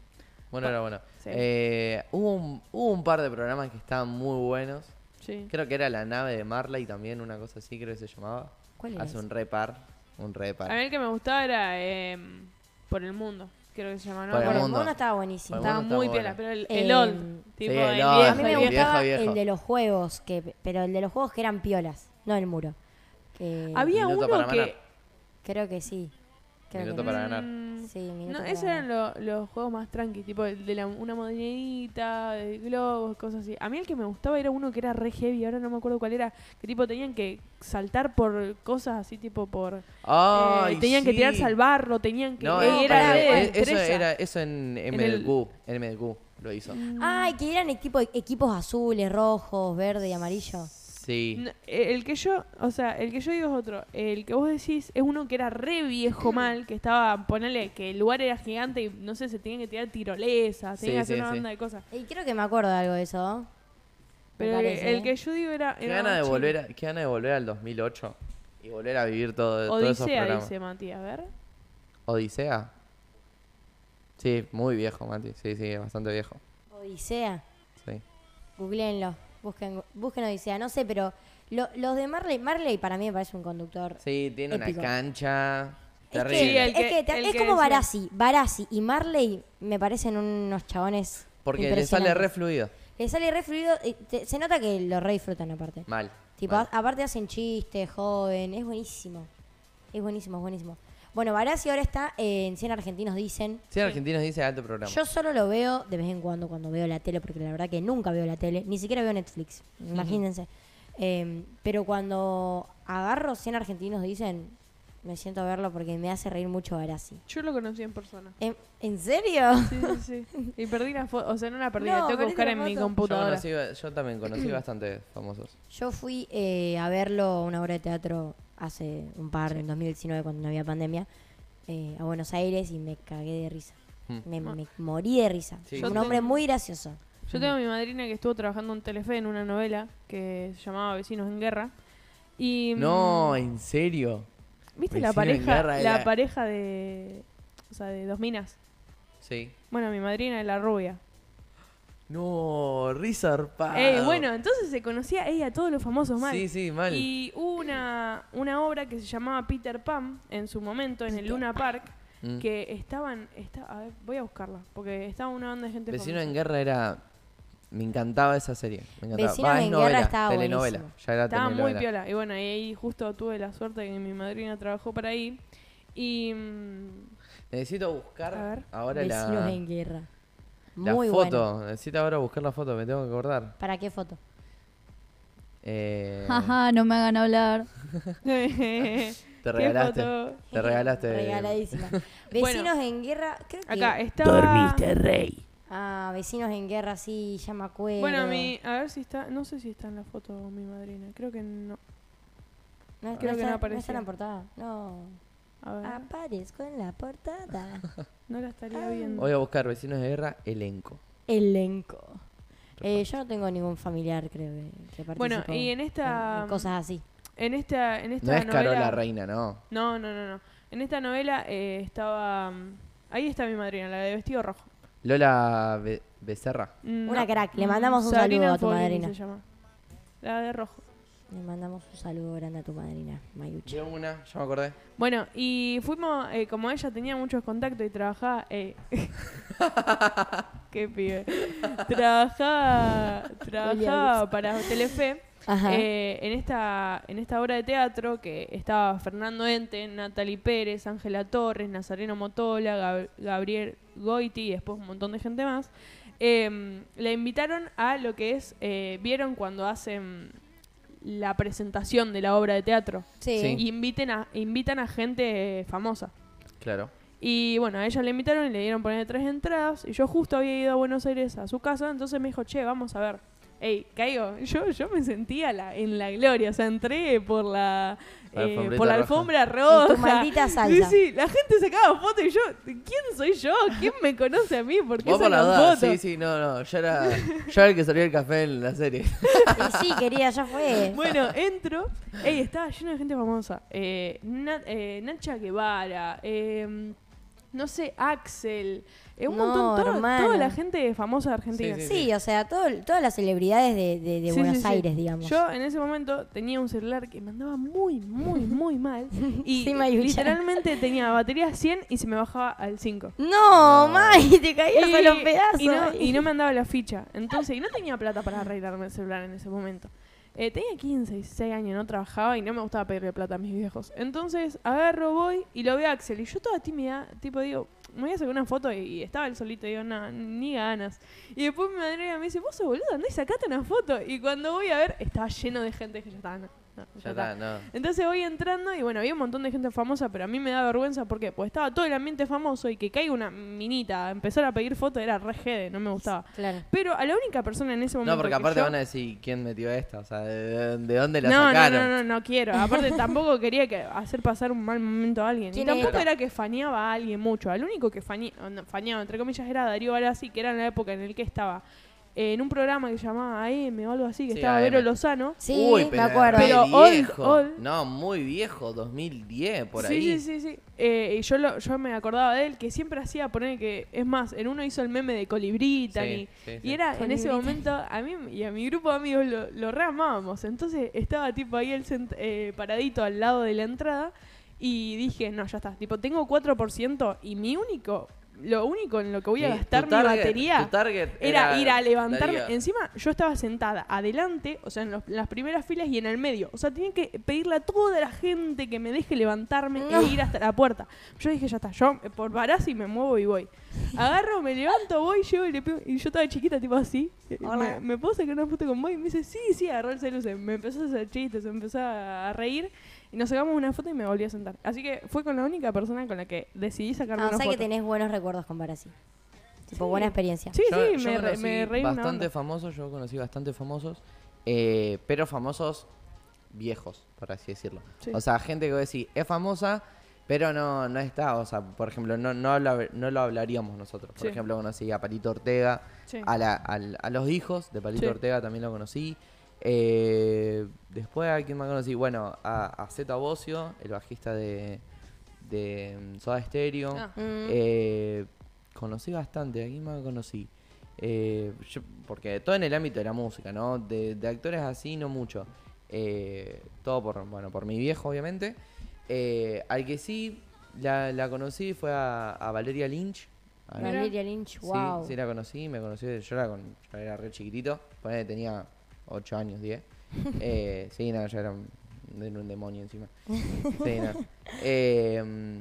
Speaker 2: Bueno, era bueno.
Speaker 1: sí.
Speaker 2: Eh, hubo, un, hubo un par de programas que estaban muy buenos.
Speaker 1: Sí.
Speaker 2: Creo que era La nave de Marley también, una cosa así, creo que se llamaba.
Speaker 3: ¿Cuál era
Speaker 2: Hace
Speaker 3: ese?
Speaker 2: un repar. Un repar.
Speaker 1: A mí el que me gustaba era eh, Por el Mundo, creo que se llama. No
Speaker 2: Por
Speaker 1: me
Speaker 2: el
Speaker 3: Bueno,
Speaker 1: acuerdo.
Speaker 3: el
Speaker 2: mundo.
Speaker 3: mono estaba buenísimo.
Speaker 2: Por el
Speaker 1: Estaba
Speaker 2: mundo
Speaker 1: muy
Speaker 2: está
Speaker 1: piola,
Speaker 2: bueno.
Speaker 1: pero el,
Speaker 3: Eh,
Speaker 1: el old.
Speaker 2: sí,
Speaker 1: Tipo, el
Speaker 2: el old.
Speaker 1: viejo,
Speaker 3: a mí me
Speaker 1: el
Speaker 2: viejo,
Speaker 3: gustaba
Speaker 2: viejo.
Speaker 3: el de los juegos, que, pero el de los juegos que eran piolas, no el muro. Que-
Speaker 1: Había
Speaker 2: Minuto
Speaker 1: uno
Speaker 2: para
Speaker 1: que...
Speaker 2: ganar.
Speaker 3: Creo que sí. Creo
Speaker 2: Minuto
Speaker 3: que
Speaker 2: para
Speaker 3: no.
Speaker 2: ganar.
Speaker 1: Mm,
Speaker 3: Sí, minuto
Speaker 1: no,
Speaker 3: para
Speaker 1: esos
Speaker 3: ganar.
Speaker 1: eran lo- los juegos más tranqui, tipo el de la- una monedita, de globos, cosas así. A mí el que me gustaba era uno que era re heavy, ahora no me acuerdo cuál era, que tipo tenían que saltar por cosas así, tipo por...
Speaker 2: Ay,
Speaker 1: eh, tenían que
Speaker 2: sí.
Speaker 1: tirarse al barro, tenían que...
Speaker 2: No,
Speaker 1: Ey,
Speaker 2: no,
Speaker 1: era
Speaker 2: pará,
Speaker 1: re de
Speaker 2: eh, eso
Speaker 1: destreza.
Speaker 2: era eso en MDQ, MDQ lo hizo.
Speaker 1: Mm,
Speaker 3: Ay, que eran equipo- equipos azules, rojos, verde y amarillo.
Speaker 2: Sí.
Speaker 1: No, eh, el que yo, o sea, el que yo digo es otro. El que vos decís es uno que era re
Speaker 2: (clears throat)
Speaker 1: viejo mal, que estaba, ponele, que el lugar era gigante y no sé, se tenían que tirar tirolesas,
Speaker 2: Sí,
Speaker 1: tenían que hacer
Speaker 2: sí,
Speaker 1: una
Speaker 2: sí.
Speaker 1: banda de cosas.
Speaker 3: Y creo que me acuerdo de algo de eso. Me
Speaker 1: Pero el,
Speaker 3: parece,
Speaker 1: el
Speaker 3: ¿eh?
Speaker 1: que yo digo era.
Speaker 2: Qué
Speaker 1: era
Speaker 2: gana de
Speaker 1: más
Speaker 2: volver, a- qué gana de volver al 2008 y volver a vivir todo,
Speaker 1: chico.
Speaker 2: todos esos
Speaker 1: Odisea,
Speaker 2: programas.
Speaker 1: dice Mati, a ver.
Speaker 2: Odisea. Sí, muy viejo, Mati. Sí, sí, bastante viejo.
Speaker 3: Odisea.
Speaker 2: Sí.
Speaker 3: Googleenlo. Busquen, busquen Odisea. No sé, pero lo- los de Marley. Marley para mí me parece un conductor.
Speaker 2: Sí, tiene
Speaker 3: Épico.
Speaker 2: una cancha
Speaker 3: Es,
Speaker 2: terrible.
Speaker 1: Sí,
Speaker 3: que,
Speaker 1: el
Speaker 3: es, que-
Speaker 1: que- el
Speaker 3: es
Speaker 1: que
Speaker 3: como
Speaker 1: decía.
Speaker 3: Barassi. Barassi y Marley me parecen unos chabones.
Speaker 2: Porque le sale re
Speaker 3: impresionantes.
Speaker 2: fluido.
Speaker 3: Le sale re fluido. y te- se nota que lo re disfrutan aparte.
Speaker 2: Mal.
Speaker 3: Tipo, ah,
Speaker 2: mal.
Speaker 3: a- aparte hacen chistes, joven, es buenísimo. Es buenísimo, es buenísimo. Bueno, Barassi ahora está en 100 Argentinos Dicen.
Speaker 2: Sí, en Argentinos dice alto programa.
Speaker 3: Yo solo lo veo de vez en cuando cuando veo la tele, porque la verdad que nunca veo la tele, ni siquiera veo Netflix, Em, imagínense. Eh, pero cuando agarro 100 Argentinos Dicen, Me siento a verlo porque me hace reír mucho Barassi.
Speaker 1: Yo lo conocí en persona.
Speaker 3: ¿En, en serio?
Speaker 1: Sí,
Speaker 3: (laughs)
Speaker 1: sí, sí. Y perdí la foto. O sea, no la perdí,
Speaker 3: No,
Speaker 1: la tengo que
Speaker 3: perdí
Speaker 1: buscar
Speaker 3: la
Speaker 1: en mi
Speaker 3: foto.
Speaker 2: Yo,
Speaker 1: computadora.
Speaker 2: conocí ba- yo también conocí
Speaker 3: (clears throat)
Speaker 2: bastante famosos.
Speaker 3: Yo fui eh, a verlo una obra de teatro hace un par, en 2019, cuando no había pandemia, eh, a Buenos Aires y me cagué de risa.
Speaker 2: Mm.
Speaker 3: Me,
Speaker 1: Ah.
Speaker 3: me morí de risa.
Speaker 2: Sí.
Speaker 3: un
Speaker 2: Yo
Speaker 3: hombre
Speaker 1: tengo-
Speaker 3: muy gracioso.
Speaker 1: Yo tengo a mi madrina que estuvo trabajando en Telefe en una novela que se llamaba Vecinos en Guerra.
Speaker 3: Em,
Speaker 1: Y mm,
Speaker 2: No, en serio.
Speaker 1: ¿Viste la
Speaker 2: Vecinos en
Speaker 1: pareja,
Speaker 2: Guerra
Speaker 1: la
Speaker 2: era-
Speaker 1: pareja de o sea, de Dos Minas?
Speaker 2: Sí.
Speaker 1: Bueno, mi madrina es la rubia.
Speaker 2: No, risarpado.
Speaker 1: Eh, bueno, entonces se conocía ella a todos los famosos mal.
Speaker 2: Ah, Sí, sí, mal.
Speaker 1: Y hubo una, una obra que se llamaba Peter Pan en su momento en el Luna Park
Speaker 2: Mm.
Speaker 1: que estaban esta- a ver, voy a buscarla porque estaba una banda de gente
Speaker 2: Vecino
Speaker 1: famosa.
Speaker 2: en Guerra era. Me encantaba esa serie. Me encantaba.
Speaker 3: Vecino
Speaker 2: Va, es
Speaker 3: en
Speaker 2: novela,
Speaker 3: Guerra estaba
Speaker 2: telenovela.
Speaker 3: buenísimo.
Speaker 2: Ya era
Speaker 1: Estaba muy
Speaker 2: telenovela.
Speaker 1: piola. Y bueno, y ahí justo tuve la suerte de que mi madrina trabajó para ahí. Y. mm, (laughs)
Speaker 2: Necesito buscar
Speaker 1: A ver.
Speaker 2: ahora
Speaker 3: Vecinos
Speaker 2: la,
Speaker 3: en guerra.
Speaker 2: la
Speaker 3: Muy
Speaker 2: foto.
Speaker 3: bueno.
Speaker 2: Necesito ahora buscar la foto, me tengo que acordar.
Speaker 3: ¿Para qué foto?
Speaker 2: Eh,
Speaker 4: Jaja, no me hagan hablar.
Speaker 1: ¿Qué
Speaker 2: te regalaste.
Speaker 1: foto?
Speaker 2: Te regalaste.
Speaker 3: (laughs) Regaladísima. Vecinos en guerra, creo que...
Speaker 1: Acá estaba.
Speaker 3: Ah, Vecinos en guerra, sí, ya me acuerdo.
Speaker 1: Bueno, mi, a ver si está. No sé si está en la foto mi madrina. Creo que no.
Speaker 3: No,
Speaker 1: creo que no
Speaker 3: está-
Speaker 1: apareció. Ah.
Speaker 3: está en la portada. No.
Speaker 1: A ver.
Speaker 3: Ah. Aparezco en la portada.
Speaker 1: no la estaría viendo.
Speaker 2: Voy a buscar Vecinos de Guerra, elenco.
Speaker 3: Elenco. Eh, yo no tengo ningún familiar, creo que, que participó
Speaker 1: Bueno, y en esta.
Speaker 3: en cosas así.
Speaker 1: En esta. En esta
Speaker 2: No es
Speaker 1: novela,
Speaker 2: Carola Reina, no.
Speaker 1: No, no, no, no. En esta novela eh, estaba. mm, Ahí está mi madrina, la de vestido rojo.
Speaker 2: Lola Be- Becerra.
Speaker 1: Mm,
Speaker 3: Una
Speaker 1: no.
Speaker 3: crack. Le
Speaker 1: Mm,
Speaker 3: mandamos un
Speaker 1: Sabrina
Speaker 3: saludo a tu
Speaker 1: Foglini
Speaker 3: madrina.
Speaker 1: se llama. La de rojo.
Speaker 3: Le mandamos un saludo grande a tu madrina, Mayuchi.
Speaker 2: Yo una, ya me acordé.
Speaker 1: Bueno, y fuimos, eh, como ella tenía muchos contactos y trabajaba. Eh, (laughs) qué pibe. Trabajaba, trabajaba para Telefe.
Speaker 3: Ajá.
Speaker 1: eh, en, esta, en esta obra de teatro que estaba Fernando Ente, Natalie Pérez, Ángela Torres, Nazareno Motola, Gab- Gabriel Goiti y después un montón de gente más, eh, la invitaron a lo que es, eh, vieron cuando hacen la presentación de la obra de teatro
Speaker 3: sí.
Speaker 2: sí.
Speaker 1: y inviten a, invitan a gente eh, famosa.
Speaker 2: Claro.
Speaker 1: Y bueno, a ella le invitaron y le dieron poner tres entradas. Y yo justo había ido a Buenos Aires a su casa, entonces me dijo, che, vamos a ver. Ey, caigo. (laughs) Yo, yo me sentía la, en la gloria, o sea, entré por la,
Speaker 2: La
Speaker 1: eh,
Speaker 2: alfombrita
Speaker 1: por la
Speaker 2: roja.
Speaker 1: alfombra
Speaker 3: Y
Speaker 1: roja.
Speaker 3: tu
Speaker 1: (laughs)
Speaker 3: maldita
Speaker 1: Sí,
Speaker 3: salsa.
Speaker 1: sí, la gente sacaba fotos y yo, ¿quién soy yo? ¿Quién me conoce a mí? ¿Por qué
Speaker 2: Vos por la
Speaker 1: sacan
Speaker 2: duda,
Speaker 1: fotos?
Speaker 2: sí, sí, no, no.
Speaker 1: (laughs)
Speaker 2: Yo era, yo era el que salía el café en la serie.
Speaker 3: Y sí, querida, ya fue.
Speaker 1: Bueno, entro. Ey, estaba lleno de gente famosa. Eh, Na- eh, Nacha Guevara. eh, no sé, Axel. eh, un
Speaker 3: No,
Speaker 1: montón. todo-
Speaker 3: hermano.
Speaker 1: toda la gente famosa de Argentina.
Speaker 2: Sí,
Speaker 3: Sí, o sea, todo- todas las celebridades de, de- de
Speaker 1: Sí,
Speaker 3: Buenos
Speaker 1: sí, sí.
Speaker 3: Aires, digamos.
Speaker 1: Yo en ese momento tenía un celular que me andaba muy, muy, muy
Speaker 3: (laughs)
Speaker 1: mal. Y
Speaker 3: Sí, Mayucha.
Speaker 1: literalmente tenía batería 100 y se me bajaba al 5.
Speaker 3: No, May, te caías a los pedazos.
Speaker 1: y no,
Speaker 3: May.
Speaker 1: y
Speaker 3: (laughs)
Speaker 1: no me andaba la ficha. Entonces, y no tenía plata para arreglarme el celular en ese momento. Eh, tenía 15, 16 años, no trabajaba y no me gustaba pedirle plata a mis viejos. Entonces, agarro, voy y lo veo a Axel. Y yo toda tímida, tipo, digo, me voy a sacar una foto y, y estaba él solito. Digo, no, ni ganas. Y después mi madre me dice, vos sos boludo, andá y sacate una foto. Y cuando voy a ver, estaba lleno de gente que ya estaba. "No, no,
Speaker 2: Ya está, no.
Speaker 1: entonces voy entrando y bueno, había un montón de gente famosa, pero a mí me da vergüenza porque pues estaba todo el ambiente famoso y que caiga una minita a empezar a pedir fotos era re jede, no me gustaba.
Speaker 3: Claro.
Speaker 1: Pero a la única persona en ese momento
Speaker 2: No, porque
Speaker 1: que
Speaker 2: aparte
Speaker 1: yo-
Speaker 2: van a decir quién metió esta, o sea, de, de dónde la
Speaker 1: no, no,
Speaker 2: sacaron.
Speaker 1: no, no, no quiero. Aparte tampoco quería que hacer pasar un mal momento a alguien. Y
Speaker 3: ¿Quién
Speaker 1: tampoco
Speaker 3: era?
Speaker 1: era que faneaba a alguien mucho. Al único que fane- no, faneaba, entre comillas, era Darío Barassi, que era en la época en el que estaba en un programa que se llamaba AM o algo así, que
Speaker 2: Sí,
Speaker 1: estaba
Speaker 2: AM.
Speaker 1: Vero Lozano.
Speaker 3: Sí,
Speaker 2: Uy,
Speaker 3: me
Speaker 2: pero
Speaker 3: acuerdo.
Speaker 2: re
Speaker 1: Pero old,
Speaker 2: viejo.
Speaker 1: old.
Speaker 2: No, muy viejo, 2010, por
Speaker 1: sí,
Speaker 2: ahí.
Speaker 1: Sí, sí, sí. Eh, y yo, lo- yo me acordaba de él, que siempre hacía poner que, es más, en uno hizo el meme de colibrita
Speaker 2: Sí, sí, sí.
Speaker 1: y era en ese
Speaker 3: Colibrita.
Speaker 1: momento, a mí y a mi grupo de amigos lo, lo re amábamos. Entonces estaba tipo ahí él sent- eh, paradito al lado de la entrada y dije, no, ya está, tipo, tengo 4% y mi único, lo único en lo que voy a
Speaker 2: Sí,
Speaker 1: gastar
Speaker 2: tu
Speaker 1: mi
Speaker 2: target-
Speaker 1: batería
Speaker 2: tu target
Speaker 1: era ir a levantarme.
Speaker 2: Darío.
Speaker 1: Encima, yo estaba sentada adelante, o sea, en, los- en las primeras filas y en el medio. O sea, tenía que pedirle a toda la gente que me deje levantarme
Speaker 3: No.
Speaker 1: e ir hasta la puerta. Yo dije, ya está, yo eh, por varas y me muevo y voy. Agarro, me levanto, voy, llego y le pido. Y yo estaba chiquita, tipo así. eh,
Speaker 3: Hola.
Speaker 1: Me, me puedo sacar una foto con vos? Y me dice, sí, sí, agarró el celular. Me empezó a hacer chistes, me empezó a reír. Y nos sacamos una foto y me volví a sentar. Así que fue con la única persona con la que decidí sacarme
Speaker 3: Ah, o
Speaker 1: una
Speaker 3: sea
Speaker 1: foto.
Speaker 3: que tenés buenos recuerdos con Barassi. Tipo,
Speaker 1: Sí.
Speaker 3: buena experiencia.
Speaker 1: Sí,
Speaker 2: Yo-
Speaker 1: sí,
Speaker 2: yo
Speaker 1: me, re-
Speaker 2: conocí
Speaker 1: me reí una
Speaker 2: Bastante
Speaker 1: onda.
Speaker 2: famosos, yo conocí bastante famosos, eh, pero famosos viejos, por así decirlo.
Speaker 1: Sí.
Speaker 2: O sea, gente que voy a decir, es famosa, pero no, no está. O sea, por ejemplo, no, no, habla- no lo hablaríamos nosotros. Por
Speaker 1: Sí.
Speaker 2: ejemplo, conocí a Palito Ortega,
Speaker 1: Sí.
Speaker 2: a, la- al- a los hijos de Palito
Speaker 1: Sí.
Speaker 2: Ortega también lo conocí. Eh, después, ¿a quién más conocí? Bueno, a, a Zeta Bocio, el bajista de, de mm, Soda Stereo.
Speaker 1: Ah.
Speaker 3: Mm.
Speaker 2: Eh, conocí bastante, aquí más conocí. Eh, yo- porque todo en el ámbito de la música, ¿no? De, de actores así no mucho. Eh, todo por, bueno, por mi viejo, obviamente. Eh, al que sí la, la conocí fue a, a Valeria Lynch. A la-
Speaker 3: Valeria
Speaker 2: sí,
Speaker 3: Lynch, wow.
Speaker 2: Sí, la conocí, me conocí, yo, la con- yo era re chiquitito, ponele, tenía 8 años,
Speaker 3: (laughs)
Speaker 2: 10. Eh, sí, no, yo era un, era un demonio
Speaker 3: (laughs)
Speaker 2: encima. Sí, no. Eh, mm,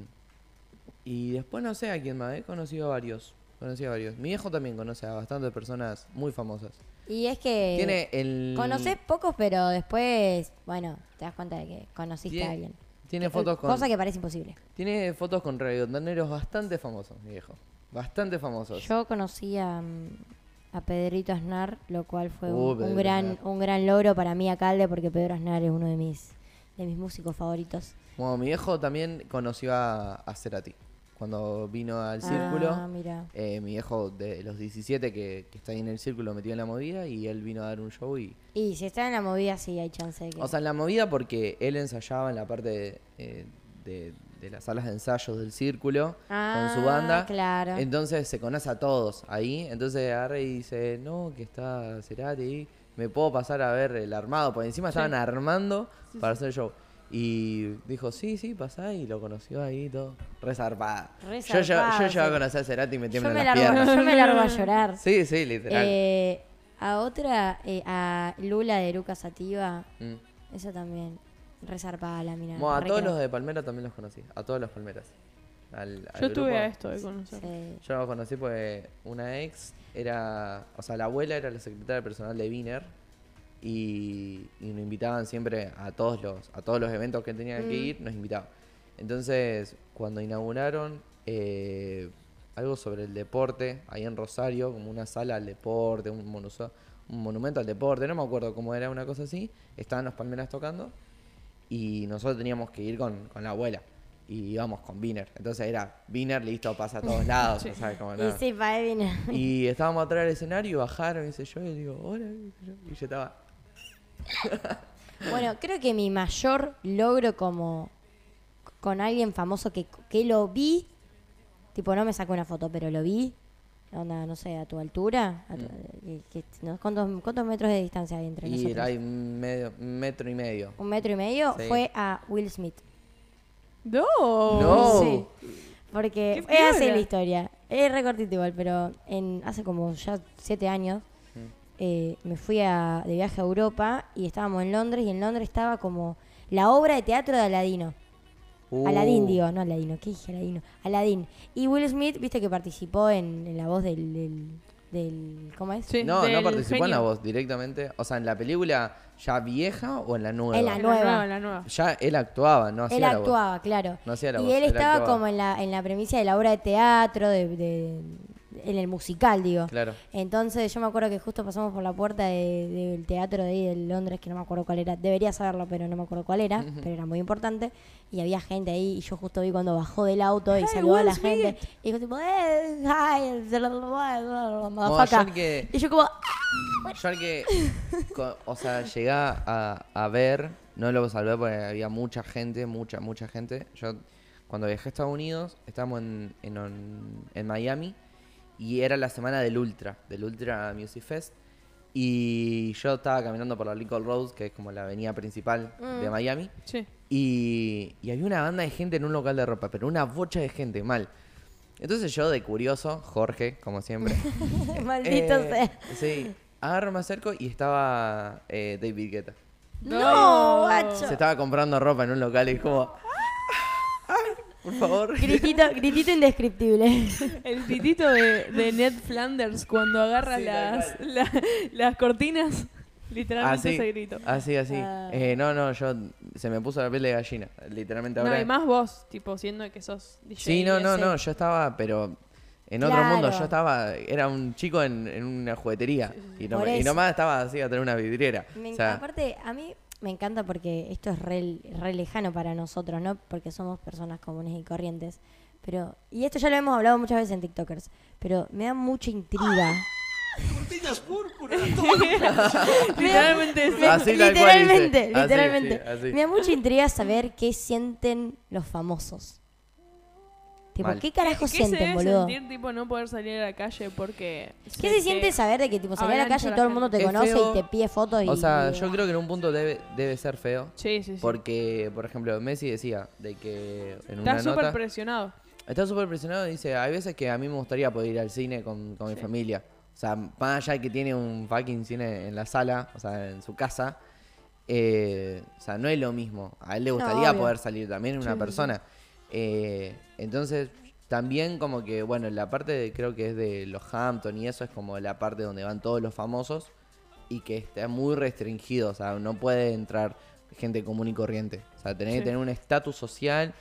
Speaker 2: y después no sé a quién más, he conocido a varios. Conocí a varios. Mi viejo también conoce a bastantes personas muy famosas.
Speaker 3: Y es que
Speaker 2: Tiene el.
Speaker 3: conoces pocos, pero después, bueno, te das cuenta de que conociste
Speaker 2: Tiene-
Speaker 3: a alguien.
Speaker 2: Tiene
Speaker 3: Eh,
Speaker 2: fotos con.
Speaker 3: Cosa que parece imposible.
Speaker 2: Tiene fotos con reggaetoneros bastante famosos, mi viejo. Bastante famosos.
Speaker 3: Yo conocí a, mm, a Pedrito Aznar, lo cual fue
Speaker 2: Uh,
Speaker 3: un, un
Speaker 2: Pedro
Speaker 3: gran,
Speaker 2: Aznar.
Speaker 3: un gran logro para mí, alcalde, porque Pedro Aznar es uno de mis, de mis músicos favoritos.
Speaker 2: Bueno, mi viejo también conoció a, a Cerati. Cuando vino al círculo.
Speaker 3: Ah, mira.
Speaker 2: Eh, mi viejo de los 17 que, que está ahí en el círculo metido en la movida y él vino a dar un show y...
Speaker 3: Y si está en la movida, sí hay chance de que.
Speaker 2: O sea, en la movida porque él ensayaba en la parte de, eh, de- de las salas de ensayos del círculo con
Speaker 3: Ah,
Speaker 2: su banda.
Speaker 3: claro.
Speaker 2: Entonces se conoce a todos ahí. Entonces agarra y dice, no, que está Cerati, ahí, me puedo pasar a ver el armado. Por encima estaban armando para hacer el show. Y dijo, sí, sí, pasá y lo conoció ahí y todo. Resarpada.
Speaker 3: Re
Speaker 2: yo, yo, yo
Speaker 3: zarpado,
Speaker 2: llego a
Speaker 3: sí.
Speaker 2: conocer a Cerati y me
Speaker 3: yo,
Speaker 2: tiemblan
Speaker 3: me
Speaker 2: las
Speaker 3: largo,
Speaker 2: piernas.
Speaker 3: yo me largo a llorar.
Speaker 2: Sí, sí, literal.
Speaker 3: Eh, a otra, eh, a Lula de Lucas Sativa,
Speaker 2: Mm.
Speaker 3: esa también. Resarpada la mina.
Speaker 2: Bueno, a
Speaker 3: re
Speaker 2: todos
Speaker 3: crack.
Speaker 2: los de Palmera también los conocí. A todos los Palmeras. Al- al
Speaker 1: Yo estuve
Speaker 2: grupo.
Speaker 1: a esto de conocer.
Speaker 3: Sí.
Speaker 2: Yo los conocí porque una ex era. O sea, la abuela era la secretaria personal de Wiener. Y, y nos invitaban siempre a todos los a todos los eventos que tenían que ir, nos invitaban. Entonces, cuando inauguraron eh, algo sobre el deporte, ahí en Rosario, como una sala al deporte, un, monuso- un monumento al deporte, no me acuerdo cómo era, una cosa así, estaban los palmeras tocando y nosotros teníamos que ir con, con la abuela. Y íbamos con Viner. Entonces era Viner, listo, pasa a
Speaker 3: (laughs)
Speaker 2: todos lados. o sea, como
Speaker 3: Y
Speaker 2: nada.
Speaker 3: sí, para él vino.
Speaker 2: Y estábamos atrás del escenario, bajaron, y sé yo, y digo, hola, qué sé yo. y yo estaba.
Speaker 3: Bueno, creo que mi mayor logro como con alguien famoso que, que lo vi, tipo no me sacó una foto, pero lo vi, onda, no sé, a tu altura, a tu- y que- no, ¿cuántos, cuántos metros de distancia hay entre
Speaker 2: Mm. Y
Speaker 3: nosotros?
Speaker 2: era ahí medio, metro y medio.
Speaker 3: Un metro y medio
Speaker 2: Sí.
Speaker 3: fue a Will Smith.
Speaker 1: ¡No!
Speaker 2: ¡No!
Speaker 3: Sí. Porque
Speaker 1: ¡Qué
Speaker 3: es así
Speaker 1: piola!
Speaker 3: la historia. Es recortito igual, pero en hace como ya siete años eh, me fui a- de viaje a Europa y estábamos en Londres y en Londres estaba como la obra de teatro de Aladino.
Speaker 2: Uh,
Speaker 3: Aladín, digo, no Aladino, ¿qué dije Aladino? Aladín. Y Will Smith, viste que participó en, en la voz del, del, del- ¿Cómo es?
Speaker 1: Sí,
Speaker 2: No, no
Speaker 1: del
Speaker 2: participó en la
Speaker 1: genio.
Speaker 2: voz directamente. O sea, en la película ya vieja o en la nueva.
Speaker 3: En la
Speaker 1: En
Speaker 3: nueva.
Speaker 1: La nueva, en la nueva.
Speaker 2: Ya él actuaba, no hacía
Speaker 3: Él
Speaker 2: la voz.
Speaker 3: actuaba, claro.
Speaker 2: No hacía la
Speaker 3: y
Speaker 2: voz,
Speaker 3: él
Speaker 2: él
Speaker 3: estaba
Speaker 2: actuaba.
Speaker 3: como en la, en la premisa de la obra de teatro, de, de- en el musical, digo.
Speaker 2: Claro.
Speaker 3: Entonces yo me acuerdo que justo pasamos por la puerta de- del teatro de ahí de Londres, que no me acuerdo cuál era, debería saberlo, pero no me acuerdo cuál era, pero era muy importante, y había gente ahí, y yo justo vi cuando bajó del auto y
Speaker 1: Hey,
Speaker 3: saludó a
Speaker 1: Will
Speaker 3: la
Speaker 1: Smith.
Speaker 3: gente, y dijo tipo, eh, hi,
Speaker 2: yo
Speaker 3: motherfucker".
Speaker 2: el que-
Speaker 3: Y yo como,
Speaker 2: Yo al que, co- o sea, llegué a, a ver, no lo salvé porque había mucha gente, mucha, mucha gente. Yo cuando viajé a Estados Unidos, estábamos en, en, on- en Miami y era la semana del Ultra, del Ultra Music Fest. Y yo estaba caminando por la Lincoln Road, que es como la avenida principal de Miami.
Speaker 1: Sí.
Speaker 2: Y, y había una banda de gente en un local de ropa, pero una bocha de gente, mal. Entonces yo, de curioso, Jorge, como siempre.
Speaker 3: maldito
Speaker 2: eh,
Speaker 3: sea.
Speaker 2: Sí, agarro, me acerco y estaba eh, David Guetta.
Speaker 1: Oh,
Speaker 3: No,
Speaker 2: Se
Speaker 3: guacho.
Speaker 2: estaba comprando ropa en un local y es como. "Ay, por favor.
Speaker 3: Gritito, gritito indescriptible.
Speaker 1: El titito de, de Ned Flanders cuando agarra
Speaker 2: Sí, tal
Speaker 1: las, la- las cortinas. Literalmente
Speaker 2: Así.
Speaker 1: ese grito.
Speaker 2: Así, así.
Speaker 3: Ah.
Speaker 2: Eh, no, no, yo se me puso la piel de gallina. Literalmente ahora.
Speaker 1: No, y más vos, tipo, siendo que sos DJ.
Speaker 2: sí, no, no,
Speaker 1: ese.
Speaker 2: no, (laughs) yo estaba, pero en otro
Speaker 3: Claro.
Speaker 2: mundo, yo estaba, era un chico en, en una juguetería y, no
Speaker 3: Por
Speaker 2: me- y
Speaker 3: eso.
Speaker 2: nomás estaba así a tener una vidriera.
Speaker 3: Me
Speaker 2: o
Speaker 3: enc-
Speaker 2: sea,
Speaker 3: aparte, a mí me encanta porque esto es re, re lejano para nosotros, ¿no? Porque somos personas comunes y corrientes. Pero, y esto ya lo hemos hablado muchas veces en TikTokers, pero me da mucha intriga.
Speaker 5: Cortinas púrpuras.
Speaker 1: (laughs) Literalmente ese.
Speaker 2: Así tal cual dice.
Speaker 3: literalmente,
Speaker 2: Así,
Speaker 3: literalmente.
Speaker 2: sí, así.
Speaker 3: Me da mucha intriga saber qué sienten los famosos. Tipo,
Speaker 2: Mal.
Speaker 3: ¿qué carajo
Speaker 1: ¿Qué se
Speaker 3: sienten,
Speaker 1: debe
Speaker 3: boludo?
Speaker 1: sentir, tipo, no poder salir a la calle porque...
Speaker 3: ¿Qué se siente saber de que tipo salí a la
Speaker 1: avalancha
Speaker 3: calle y
Speaker 1: la
Speaker 3: todo el
Speaker 1: gente?
Speaker 3: mundo te
Speaker 2: Es
Speaker 3: conoce
Speaker 2: feo.
Speaker 3: y te pide fotos y
Speaker 2: o sea,
Speaker 3: y-
Speaker 2: yo creo que en un punto debe, debe ser feo.
Speaker 1: Sí, sí, sí.
Speaker 2: Porque, por ejemplo, Messi decía de que en una
Speaker 1: Estás súper
Speaker 2: nota...
Speaker 1: presionado.
Speaker 2: Está súper presionado y dice, hay veces que a mí me gustaría poder ir al cine con, con mi familia. O sea, más allá de que tiene un fucking cine en la sala, o sea, en su casa, eh, o sea, no es lo mismo. A él le gustaría
Speaker 3: obvio.
Speaker 2: poder salir también una persona. Eh, entonces, también como que, bueno, la parte de- creo que es de los Hampton y eso es como la parte donde van todos los famosos y que está muy restringido, o sea, no puede entrar gente común y corriente. O sea, tenés
Speaker 1: Sí.
Speaker 2: que tener un estatus social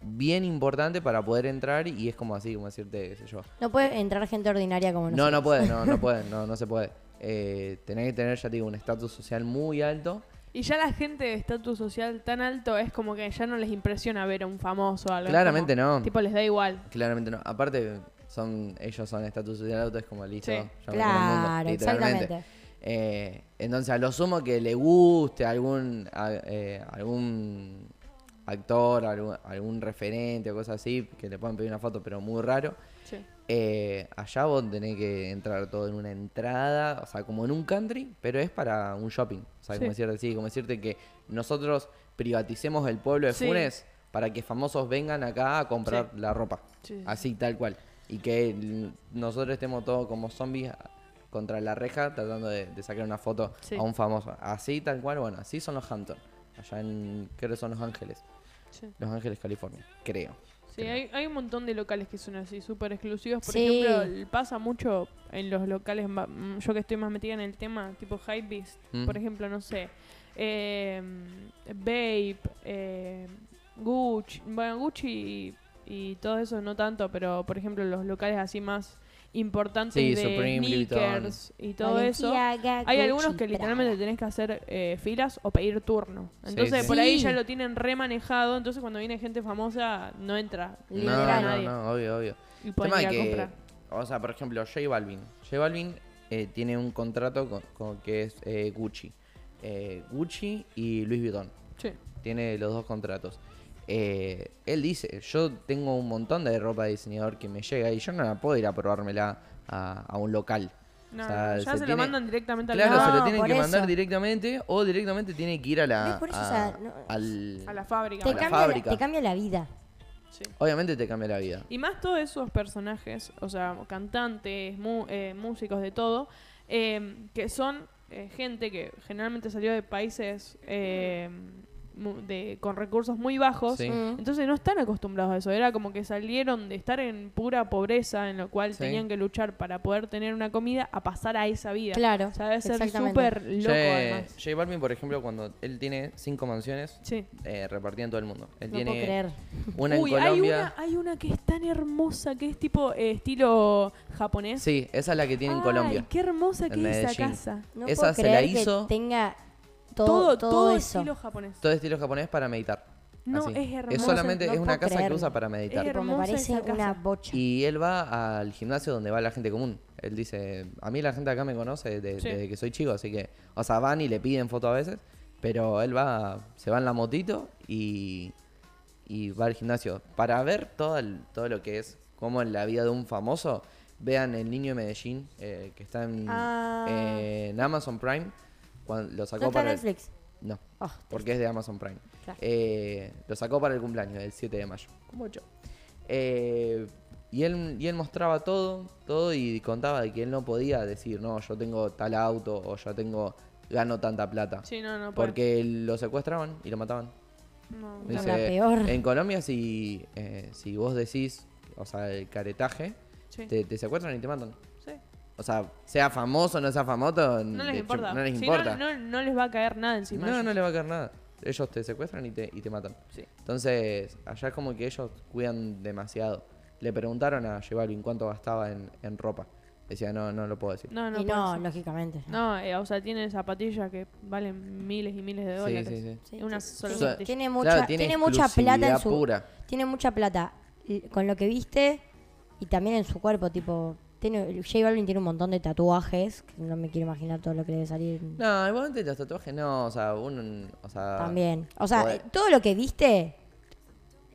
Speaker 2: bien importante para poder entrar y es como así, como decirte, qué sé yo.
Speaker 3: No puede entrar gente ordinaria como
Speaker 2: No,
Speaker 3: nosotros.
Speaker 2: no puede, no, no puede, no, no se puede. Eh, tenés que tener, ya te digo, un estatus social muy alto.
Speaker 1: Y ya la gente de estatus social tan alto es como que ya no les impresiona ver a un famoso o algo. es
Speaker 2: Claramente
Speaker 1: como-
Speaker 2: no.
Speaker 1: Tipo, les da igual.
Speaker 2: Claramente no. Aparte, son, ellos son estatus social alto, es como listo.
Speaker 1: Sí.
Speaker 2: yo me como el mundo,
Speaker 3: Claro,
Speaker 2: literalmente.
Speaker 3: exactamente.
Speaker 2: Eh, entonces, a lo sumo que le guste algún a- eh, algún actor, algún, algún referente o cosas así, que le puedan pedir una foto, pero muy raro.
Speaker 1: Sí.
Speaker 2: Eh, allá vos tenés que entrar todo en una entrada, o sea, como en un country, pero es para un shopping. O sea, como
Speaker 1: Sí.
Speaker 2: decirte, sí, como decirte que nosotros privaticemos el pueblo de
Speaker 1: Sí.
Speaker 2: Funes para que famosos vengan acá a comprar la ropa.
Speaker 1: Sí, sí,
Speaker 2: Así, tal cual. Y que l- nosotros estemos todos como zombies contra la reja tratando de, de sacar una foto
Speaker 1: Sí.
Speaker 2: a un famoso. Así, tal cual, bueno, así son los Hampton. Allá en, creo que son Los Ángeles.
Speaker 1: Sí.
Speaker 2: Los Ángeles, California, creo.
Speaker 1: Sí, hay, hay un montón de locales que son así, súper exclusivos. Por
Speaker 3: Sí.
Speaker 1: ejemplo, l- pasa mucho en los locales, ma- mm, yo que estoy más metida en el tema, tipo Hypebeast,
Speaker 2: Mm.
Speaker 1: por ejemplo, no sé, eh, Bape, eh, Gucci, bueno, Gucci y, y todo eso no tanto, pero por ejemplo, los locales así más importantes
Speaker 2: Sí,
Speaker 1: de
Speaker 2: Supreme, Louis Vuitton.
Speaker 1: sneakers y todo eso.
Speaker 3: Balenciaga,
Speaker 1: Hay
Speaker 3: Gucci,
Speaker 1: algunos que
Speaker 3: Prada.
Speaker 1: literalmente tenés que hacer eh, filas o pedir turno.
Speaker 2: Sí,
Speaker 1: Entonces
Speaker 2: sí.
Speaker 1: por ahí
Speaker 3: Sí.
Speaker 1: ya lo tienen remanejado, entonces cuando viene gente famosa no entra.
Speaker 2: No,
Speaker 3: Literal.
Speaker 2: no,
Speaker 1: nadie.
Speaker 2: no, obvio, obvio.
Speaker 1: Y
Speaker 2: El tema
Speaker 1: pueden ir a
Speaker 2: que-
Speaker 1: comprar.
Speaker 2: O sea, por ejemplo, J Balvin. J Balvin eh, tiene un contrato con, con- que es eh, Gucci. Eh, Gucci y Luis Vuitton.
Speaker 1: Sí.
Speaker 2: Tiene los dos contratos. Eh, él dice, yo tengo un montón de ropa de diseñador que me llega y yo no la puedo ir a probármela a, a un local.
Speaker 1: No,
Speaker 2: O sea,
Speaker 1: no, ya se, lo
Speaker 2: tiene-
Speaker 1: mandan directamente al
Speaker 2: Claro,
Speaker 1: local.
Speaker 2: se lo
Speaker 3: No,
Speaker 2: tienen
Speaker 3: por
Speaker 2: que mandar
Speaker 3: eso.
Speaker 2: directamente o directamente tiene que ir a la...
Speaker 3: ¿Ves? Por eso,
Speaker 2: a-
Speaker 3: o sea, no-
Speaker 2: al-
Speaker 1: a la fábrica.
Speaker 3: Te
Speaker 2: a la
Speaker 3: cambia, la,
Speaker 2: fábrica.
Speaker 3: te cambia la vida.
Speaker 1: Sí.
Speaker 2: Obviamente te cambia la vida.
Speaker 1: Y más todos esos personajes, o sea, cantantes, mu- eh, músicos, de todo, eh, que son eh, gente que generalmente salió de países eh, mu- de, con recursos muy bajos.
Speaker 2: Sí.
Speaker 3: Mm.
Speaker 1: Entonces no están acostumbrados a eso, era como que salieron de estar en pura pobreza, en lo cual
Speaker 2: Sí.
Speaker 1: tenían que luchar para poder tener una comida, a pasar a esa vida.
Speaker 3: Claro,
Speaker 1: O sea, debe ser
Speaker 3: exactamente.
Speaker 1: súper loco
Speaker 2: J,
Speaker 1: además.
Speaker 2: J Balvin, por ejemplo, cuando él tiene cinco mansiones,
Speaker 1: Sí.
Speaker 2: eh, repartida en todo el mundo. Él
Speaker 3: No
Speaker 2: tiene
Speaker 3: puedo creer.
Speaker 2: una
Speaker 1: Uy,
Speaker 2: en Colombia.
Speaker 1: Hay una, hay una que es tan hermosa, que es tipo eh, estilo japonés.
Speaker 2: Sí, esa es la que tiene en
Speaker 1: Ay,
Speaker 2: Colombia.
Speaker 1: qué hermosa
Speaker 2: en
Speaker 1: que es esa
Speaker 2: Medellín.
Speaker 1: casa.
Speaker 3: No
Speaker 2: Esa
Speaker 3: puedo
Speaker 2: se la
Speaker 3: creer que
Speaker 2: hizo-
Speaker 3: tenga todo,
Speaker 1: Todo, todo,
Speaker 3: eso.
Speaker 1: estilo japonés.
Speaker 2: Todo estilo japonés para meditar.
Speaker 1: No,
Speaker 2: Así.
Speaker 1: es hermoso,
Speaker 2: solamente
Speaker 3: no
Speaker 2: es una
Speaker 3: puedo
Speaker 2: casa que
Speaker 3: creerlo.
Speaker 2: usa para meditar.
Speaker 1: Es
Speaker 3: Tipo, me
Speaker 1: hermosa
Speaker 3: parece
Speaker 1: esa casa.
Speaker 3: una bocha.
Speaker 2: Y él va al gimnasio donde va la gente común. Él dice, a mí la gente acá me conoce de-
Speaker 1: Sí.
Speaker 2: desde que soy chico, así que, o sea, van y le piden foto a veces, pero él va, se va en la motito y, y va al gimnasio para ver todo, el- todo lo que es, como en la vida de un famoso. Vean El Niño de Medellín, eh, que está en,
Speaker 3: Ah.
Speaker 2: eh, en Amazon Prime, cuando, lo sacó
Speaker 3: ¿No está
Speaker 2: para... el-
Speaker 3: Netflix?
Speaker 2: No,
Speaker 1: Ah,
Speaker 3: Oh,
Speaker 2: porque es de Amazon Prime.
Speaker 3: Claro.
Speaker 2: Eh, lo sacó para el cumpleaños, el 7 de mayo. Como yo. Eh, y, él, y él mostraba todo, todo y contaba de que él no podía decir, no, yo tengo tal auto o yo tengo, gano tanta plata.
Speaker 1: Sí, no, no puede.
Speaker 2: porque lo secuestraban y lo mataban.
Speaker 1: No.
Speaker 3: La peor.
Speaker 2: En Colombia si, eh, si vos decís, o sea, el caretaje,
Speaker 1: Sí.
Speaker 2: te, te secuestran y te matan.
Speaker 1: Sí.
Speaker 2: o sea, sea famoso o no sea famoso,
Speaker 1: No les
Speaker 2: de hecho,
Speaker 1: importa.
Speaker 2: no les
Speaker 1: Si
Speaker 2: importa.
Speaker 1: no, no les va a caer nada encima. a
Speaker 2: No,
Speaker 1: ellos.
Speaker 2: no le va a caer nada. Ellos te secuestran y te, y te matan.
Speaker 1: Sí.
Speaker 2: Entonces, allá es como que ellos cuidan demasiado. Le preguntaron a Jevalvin cuánto gastaba en, en ropa. Decía, no, no lo puedo decir.
Speaker 1: No, no.
Speaker 3: y
Speaker 1: puede
Speaker 3: no,
Speaker 1: ser.
Speaker 3: lógicamente.
Speaker 1: No, eh, o sea, tiene zapatillas que valen miles y miles de
Speaker 2: sí,
Speaker 1: dólares.
Speaker 2: sí, sí.
Speaker 3: Sí,
Speaker 1: Una
Speaker 3: sí,
Speaker 1: sola
Speaker 3: sí.
Speaker 1: zapatilla.
Speaker 3: Tiene
Speaker 2: Claro,
Speaker 3: mucha, tiene mucha plata en
Speaker 2: exclusividad
Speaker 3: su
Speaker 2: pura.
Speaker 3: tiene mucha plata y- con lo que viste y también en su cuerpo, tipo, tiene J Balvin tiene un montón de tatuajes, que no me quiero imaginar todo lo que le debe salir.
Speaker 2: No, igualmente los tatuajes no, o sea, uno, o sea...
Speaker 3: También. O sea,
Speaker 2: Joder.
Speaker 3: eh, todo lo que viste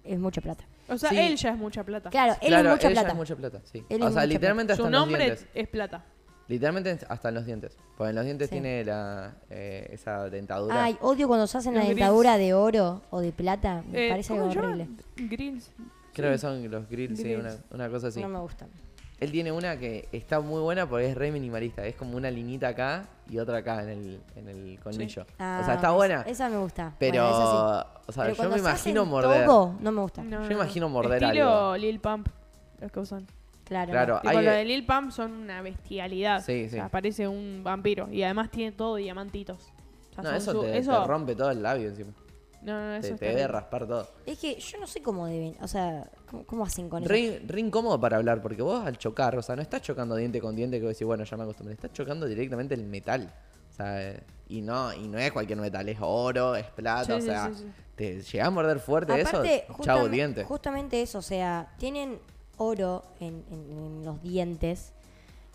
Speaker 3: es mucha plata.
Speaker 1: O sea,
Speaker 2: Sí.
Speaker 1: él ya es mucha plata.
Speaker 3: Claro, él
Speaker 2: Claro,
Speaker 3: es mucha
Speaker 2: ella
Speaker 3: plata.
Speaker 2: es mucha plata, sí. o
Speaker 3: Él es
Speaker 2: sea,
Speaker 3: mucha
Speaker 2: literalmente hasta
Speaker 1: Su
Speaker 2: en los
Speaker 1: nombre
Speaker 2: dientes.
Speaker 1: es plata.
Speaker 2: Literalmente hasta en los dientes. Porque en los dientes
Speaker 3: Sí.
Speaker 2: tiene la, eh, esa dentadura.
Speaker 3: Ay, odio cuando se hacen la
Speaker 1: Los grills.
Speaker 3: dentadura de oro o de plata. Me
Speaker 1: Eh,
Speaker 3: parece
Speaker 1: ¿cómo
Speaker 3: algo
Speaker 1: se llama?
Speaker 3: horrible.
Speaker 1: Grills.
Speaker 2: Creo que son los grills, sí,
Speaker 1: Grills.
Speaker 2: una, una cosa así.
Speaker 3: No me gustan.
Speaker 2: Él tiene una que está muy buena porque es re minimalista. Es como una linita acá y otra acá en el, en el colmillo. o sea,
Speaker 3: Ah,
Speaker 2: está buena.
Speaker 3: Esa me gusta.
Speaker 2: pero,
Speaker 3: Bueno, esa sí.
Speaker 2: o sea,
Speaker 3: Pero
Speaker 2: yo
Speaker 3: cuando
Speaker 2: me
Speaker 3: se
Speaker 2: imagino
Speaker 3: hacen
Speaker 2: morder.
Speaker 3: todo, no me gusta.
Speaker 1: No, no,
Speaker 2: Yo
Speaker 1: no.
Speaker 2: imagino morder
Speaker 1: Estilo
Speaker 2: algo.
Speaker 1: Lil Pump, los que usan.
Speaker 3: Claro.
Speaker 2: Claro.
Speaker 1: Tipo,
Speaker 2: hay-
Speaker 1: lo de Lil Pump son una bestialidad.
Speaker 2: Sí,
Speaker 1: O sea,
Speaker 2: sí.
Speaker 1: parece un vampiro. Y además tiene todo diamantitos. O sea,
Speaker 2: No,
Speaker 1: son
Speaker 2: eso,
Speaker 1: su-
Speaker 2: te, te rompe todo el labio encima.
Speaker 1: No, no, eso
Speaker 2: Te,
Speaker 1: es
Speaker 2: te debe
Speaker 1: terrible.
Speaker 2: raspar todo.
Speaker 3: Es que yo no sé cómo deben, o sea, cómo, cómo hacen con eso.
Speaker 2: Re, re incómodo para hablar porque vos al chocar, o sea, no estás chocando diente con diente que vos decís, bueno, ya me acostumbré. Estás chocando directamente el metal. O sea, eh, y no, y no es cualquier metal, es oro, es plata,
Speaker 1: Sí,
Speaker 2: o
Speaker 1: sí,
Speaker 2: sea,
Speaker 1: sí, sí.
Speaker 2: te llegás a morder fuerte
Speaker 3: Aparte,
Speaker 2: eso, chau
Speaker 3: justamente,
Speaker 2: diente.
Speaker 3: justamente eso, o sea, tienen oro en, en- en los dientes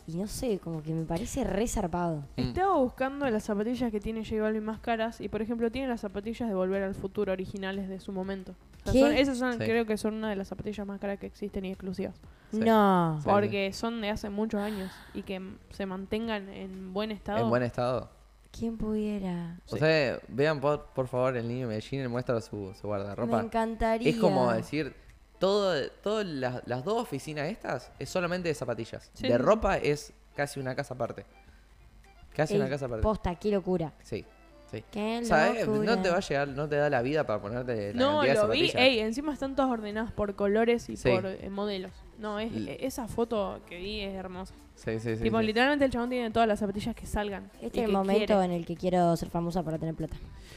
Speaker 3: y no sé, como que me parece re zarpado.
Speaker 2: Mm.
Speaker 1: Estaba buscando las zapatillas que tiene J Balvin más caras y, por ejemplo, tiene las zapatillas de Volver al Futuro originales de su momento. O sea,
Speaker 3: ¿Qué?
Speaker 1: son- esas son,
Speaker 2: Sí.
Speaker 1: creo que son una de las zapatillas más caras que existen y exclusivas.
Speaker 2: Sí.
Speaker 3: No.
Speaker 2: Sí.
Speaker 1: Porque son de hace muchos años y que m- se mantengan en buen estado.
Speaker 2: En buen estado.
Speaker 3: ¿Quién pudiera?
Speaker 2: O sea, vean por, por favor el niño de Medellín y muestra su, su guardarropa.
Speaker 3: Me encantaría.
Speaker 2: Es como decir, todo, todas las, las dos oficinas estas es solamente de zapatillas.
Speaker 1: Sí,
Speaker 2: De
Speaker 1: sí,
Speaker 2: ropa es casi una casa aparte. Casi
Speaker 3: Ey,
Speaker 2: una casa aparte.
Speaker 3: Posta, qué locura.
Speaker 2: Sí, sí.
Speaker 3: Qué
Speaker 2: O sea, eh,
Speaker 3: locura.
Speaker 2: no te va a llegar, no te da la vida para ponerte la
Speaker 1: no,
Speaker 2: cantidad de
Speaker 1: lo vi.
Speaker 2: zapatillas.
Speaker 1: Ey, encima están todas ordenadas por colores y
Speaker 2: Sí.
Speaker 1: por eh, modelos. No, es, e,
Speaker 2: L-
Speaker 1: esa foto que vi es hermosa.
Speaker 2: Sí, sí, sí.
Speaker 1: tipo,
Speaker 2: sí.
Speaker 1: literalmente el chabón tiene todas las zapatillas que salgan. y
Speaker 3: Este es
Speaker 1: que
Speaker 3: el momento
Speaker 1: quiere.
Speaker 3: en el que quiero ser famosa para tener plata.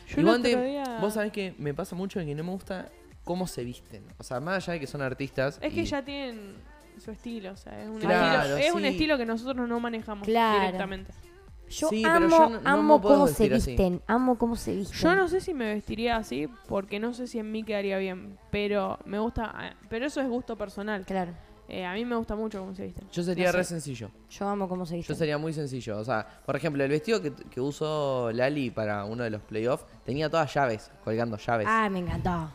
Speaker 1: Yo el
Speaker 2: Igualmente,
Speaker 1: otro día-
Speaker 2: vos sabés que me pasa mucho que no me gusta cómo se visten. O sea, más allá de que son artistas.
Speaker 1: Es
Speaker 2: y-
Speaker 1: que ya tienen su estilo, o sea, es un,
Speaker 2: Claro,
Speaker 1: estilo, es un
Speaker 2: sí.
Speaker 1: estilo que nosotros no manejamos
Speaker 3: Claro.
Speaker 1: directamente.
Speaker 3: Yo
Speaker 2: Sí, pero
Speaker 3: amo,
Speaker 2: yo no- no me
Speaker 3: amo
Speaker 2: puedo
Speaker 3: cómo se
Speaker 2: vestir así.
Speaker 3: visten, amo cómo se visten.
Speaker 1: Yo no sé si me vestiría así porque no sé si en mí quedaría bien, pero me gusta, ah, pero eso es gusto personal.
Speaker 3: Claro,
Speaker 1: Eh, a mí me gusta mucho cómo se visten.
Speaker 2: Yo sería
Speaker 3: No sé.
Speaker 2: re sencillo.
Speaker 3: yo amo cómo se
Speaker 2: Yo
Speaker 3: visten.
Speaker 2: sería muy sencillo. O sea, por ejemplo, el vestido que, que usó Lali para uno de los playoffs tenía todas llaves, colgando llaves.
Speaker 3: Ah, me encantó.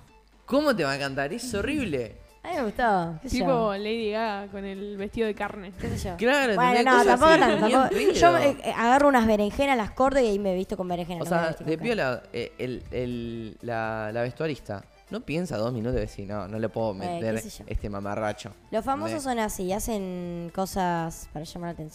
Speaker 2: ¿Cómo te va a encantar? Es horrible.
Speaker 3: A mí me gustó. qué sé
Speaker 1: Tipo
Speaker 3: yo,
Speaker 1: Lady Gaga con el vestido de carne.
Speaker 3: qué sé yo.
Speaker 2: Claro,
Speaker 3: Bueno,
Speaker 2: ¿entendés?
Speaker 3: no,
Speaker 2: Cosas
Speaker 3: tampoco
Speaker 2: así,
Speaker 3: tanto.
Speaker 2: bien
Speaker 3: tampoco-
Speaker 2: pedo.
Speaker 3: Yo eh, eh, agarro unas berenjenas, las corto y ahí me visto con berenjenas.
Speaker 2: O
Speaker 3: no me
Speaker 2: sea,
Speaker 3: vestí con
Speaker 2: de
Speaker 3: cara.
Speaker 2: piola, eh, el- el- la, la vestuarista no piensa dos minutos y decir, no, no le puedo meter
Speaker 3: Eh, qué sé yo.
Speaker 2: este mamarracho.
Speaker 3: Los famosos
Speaker 2: Me-
Speaker 3: son así, hacen cosas para llamar la atención.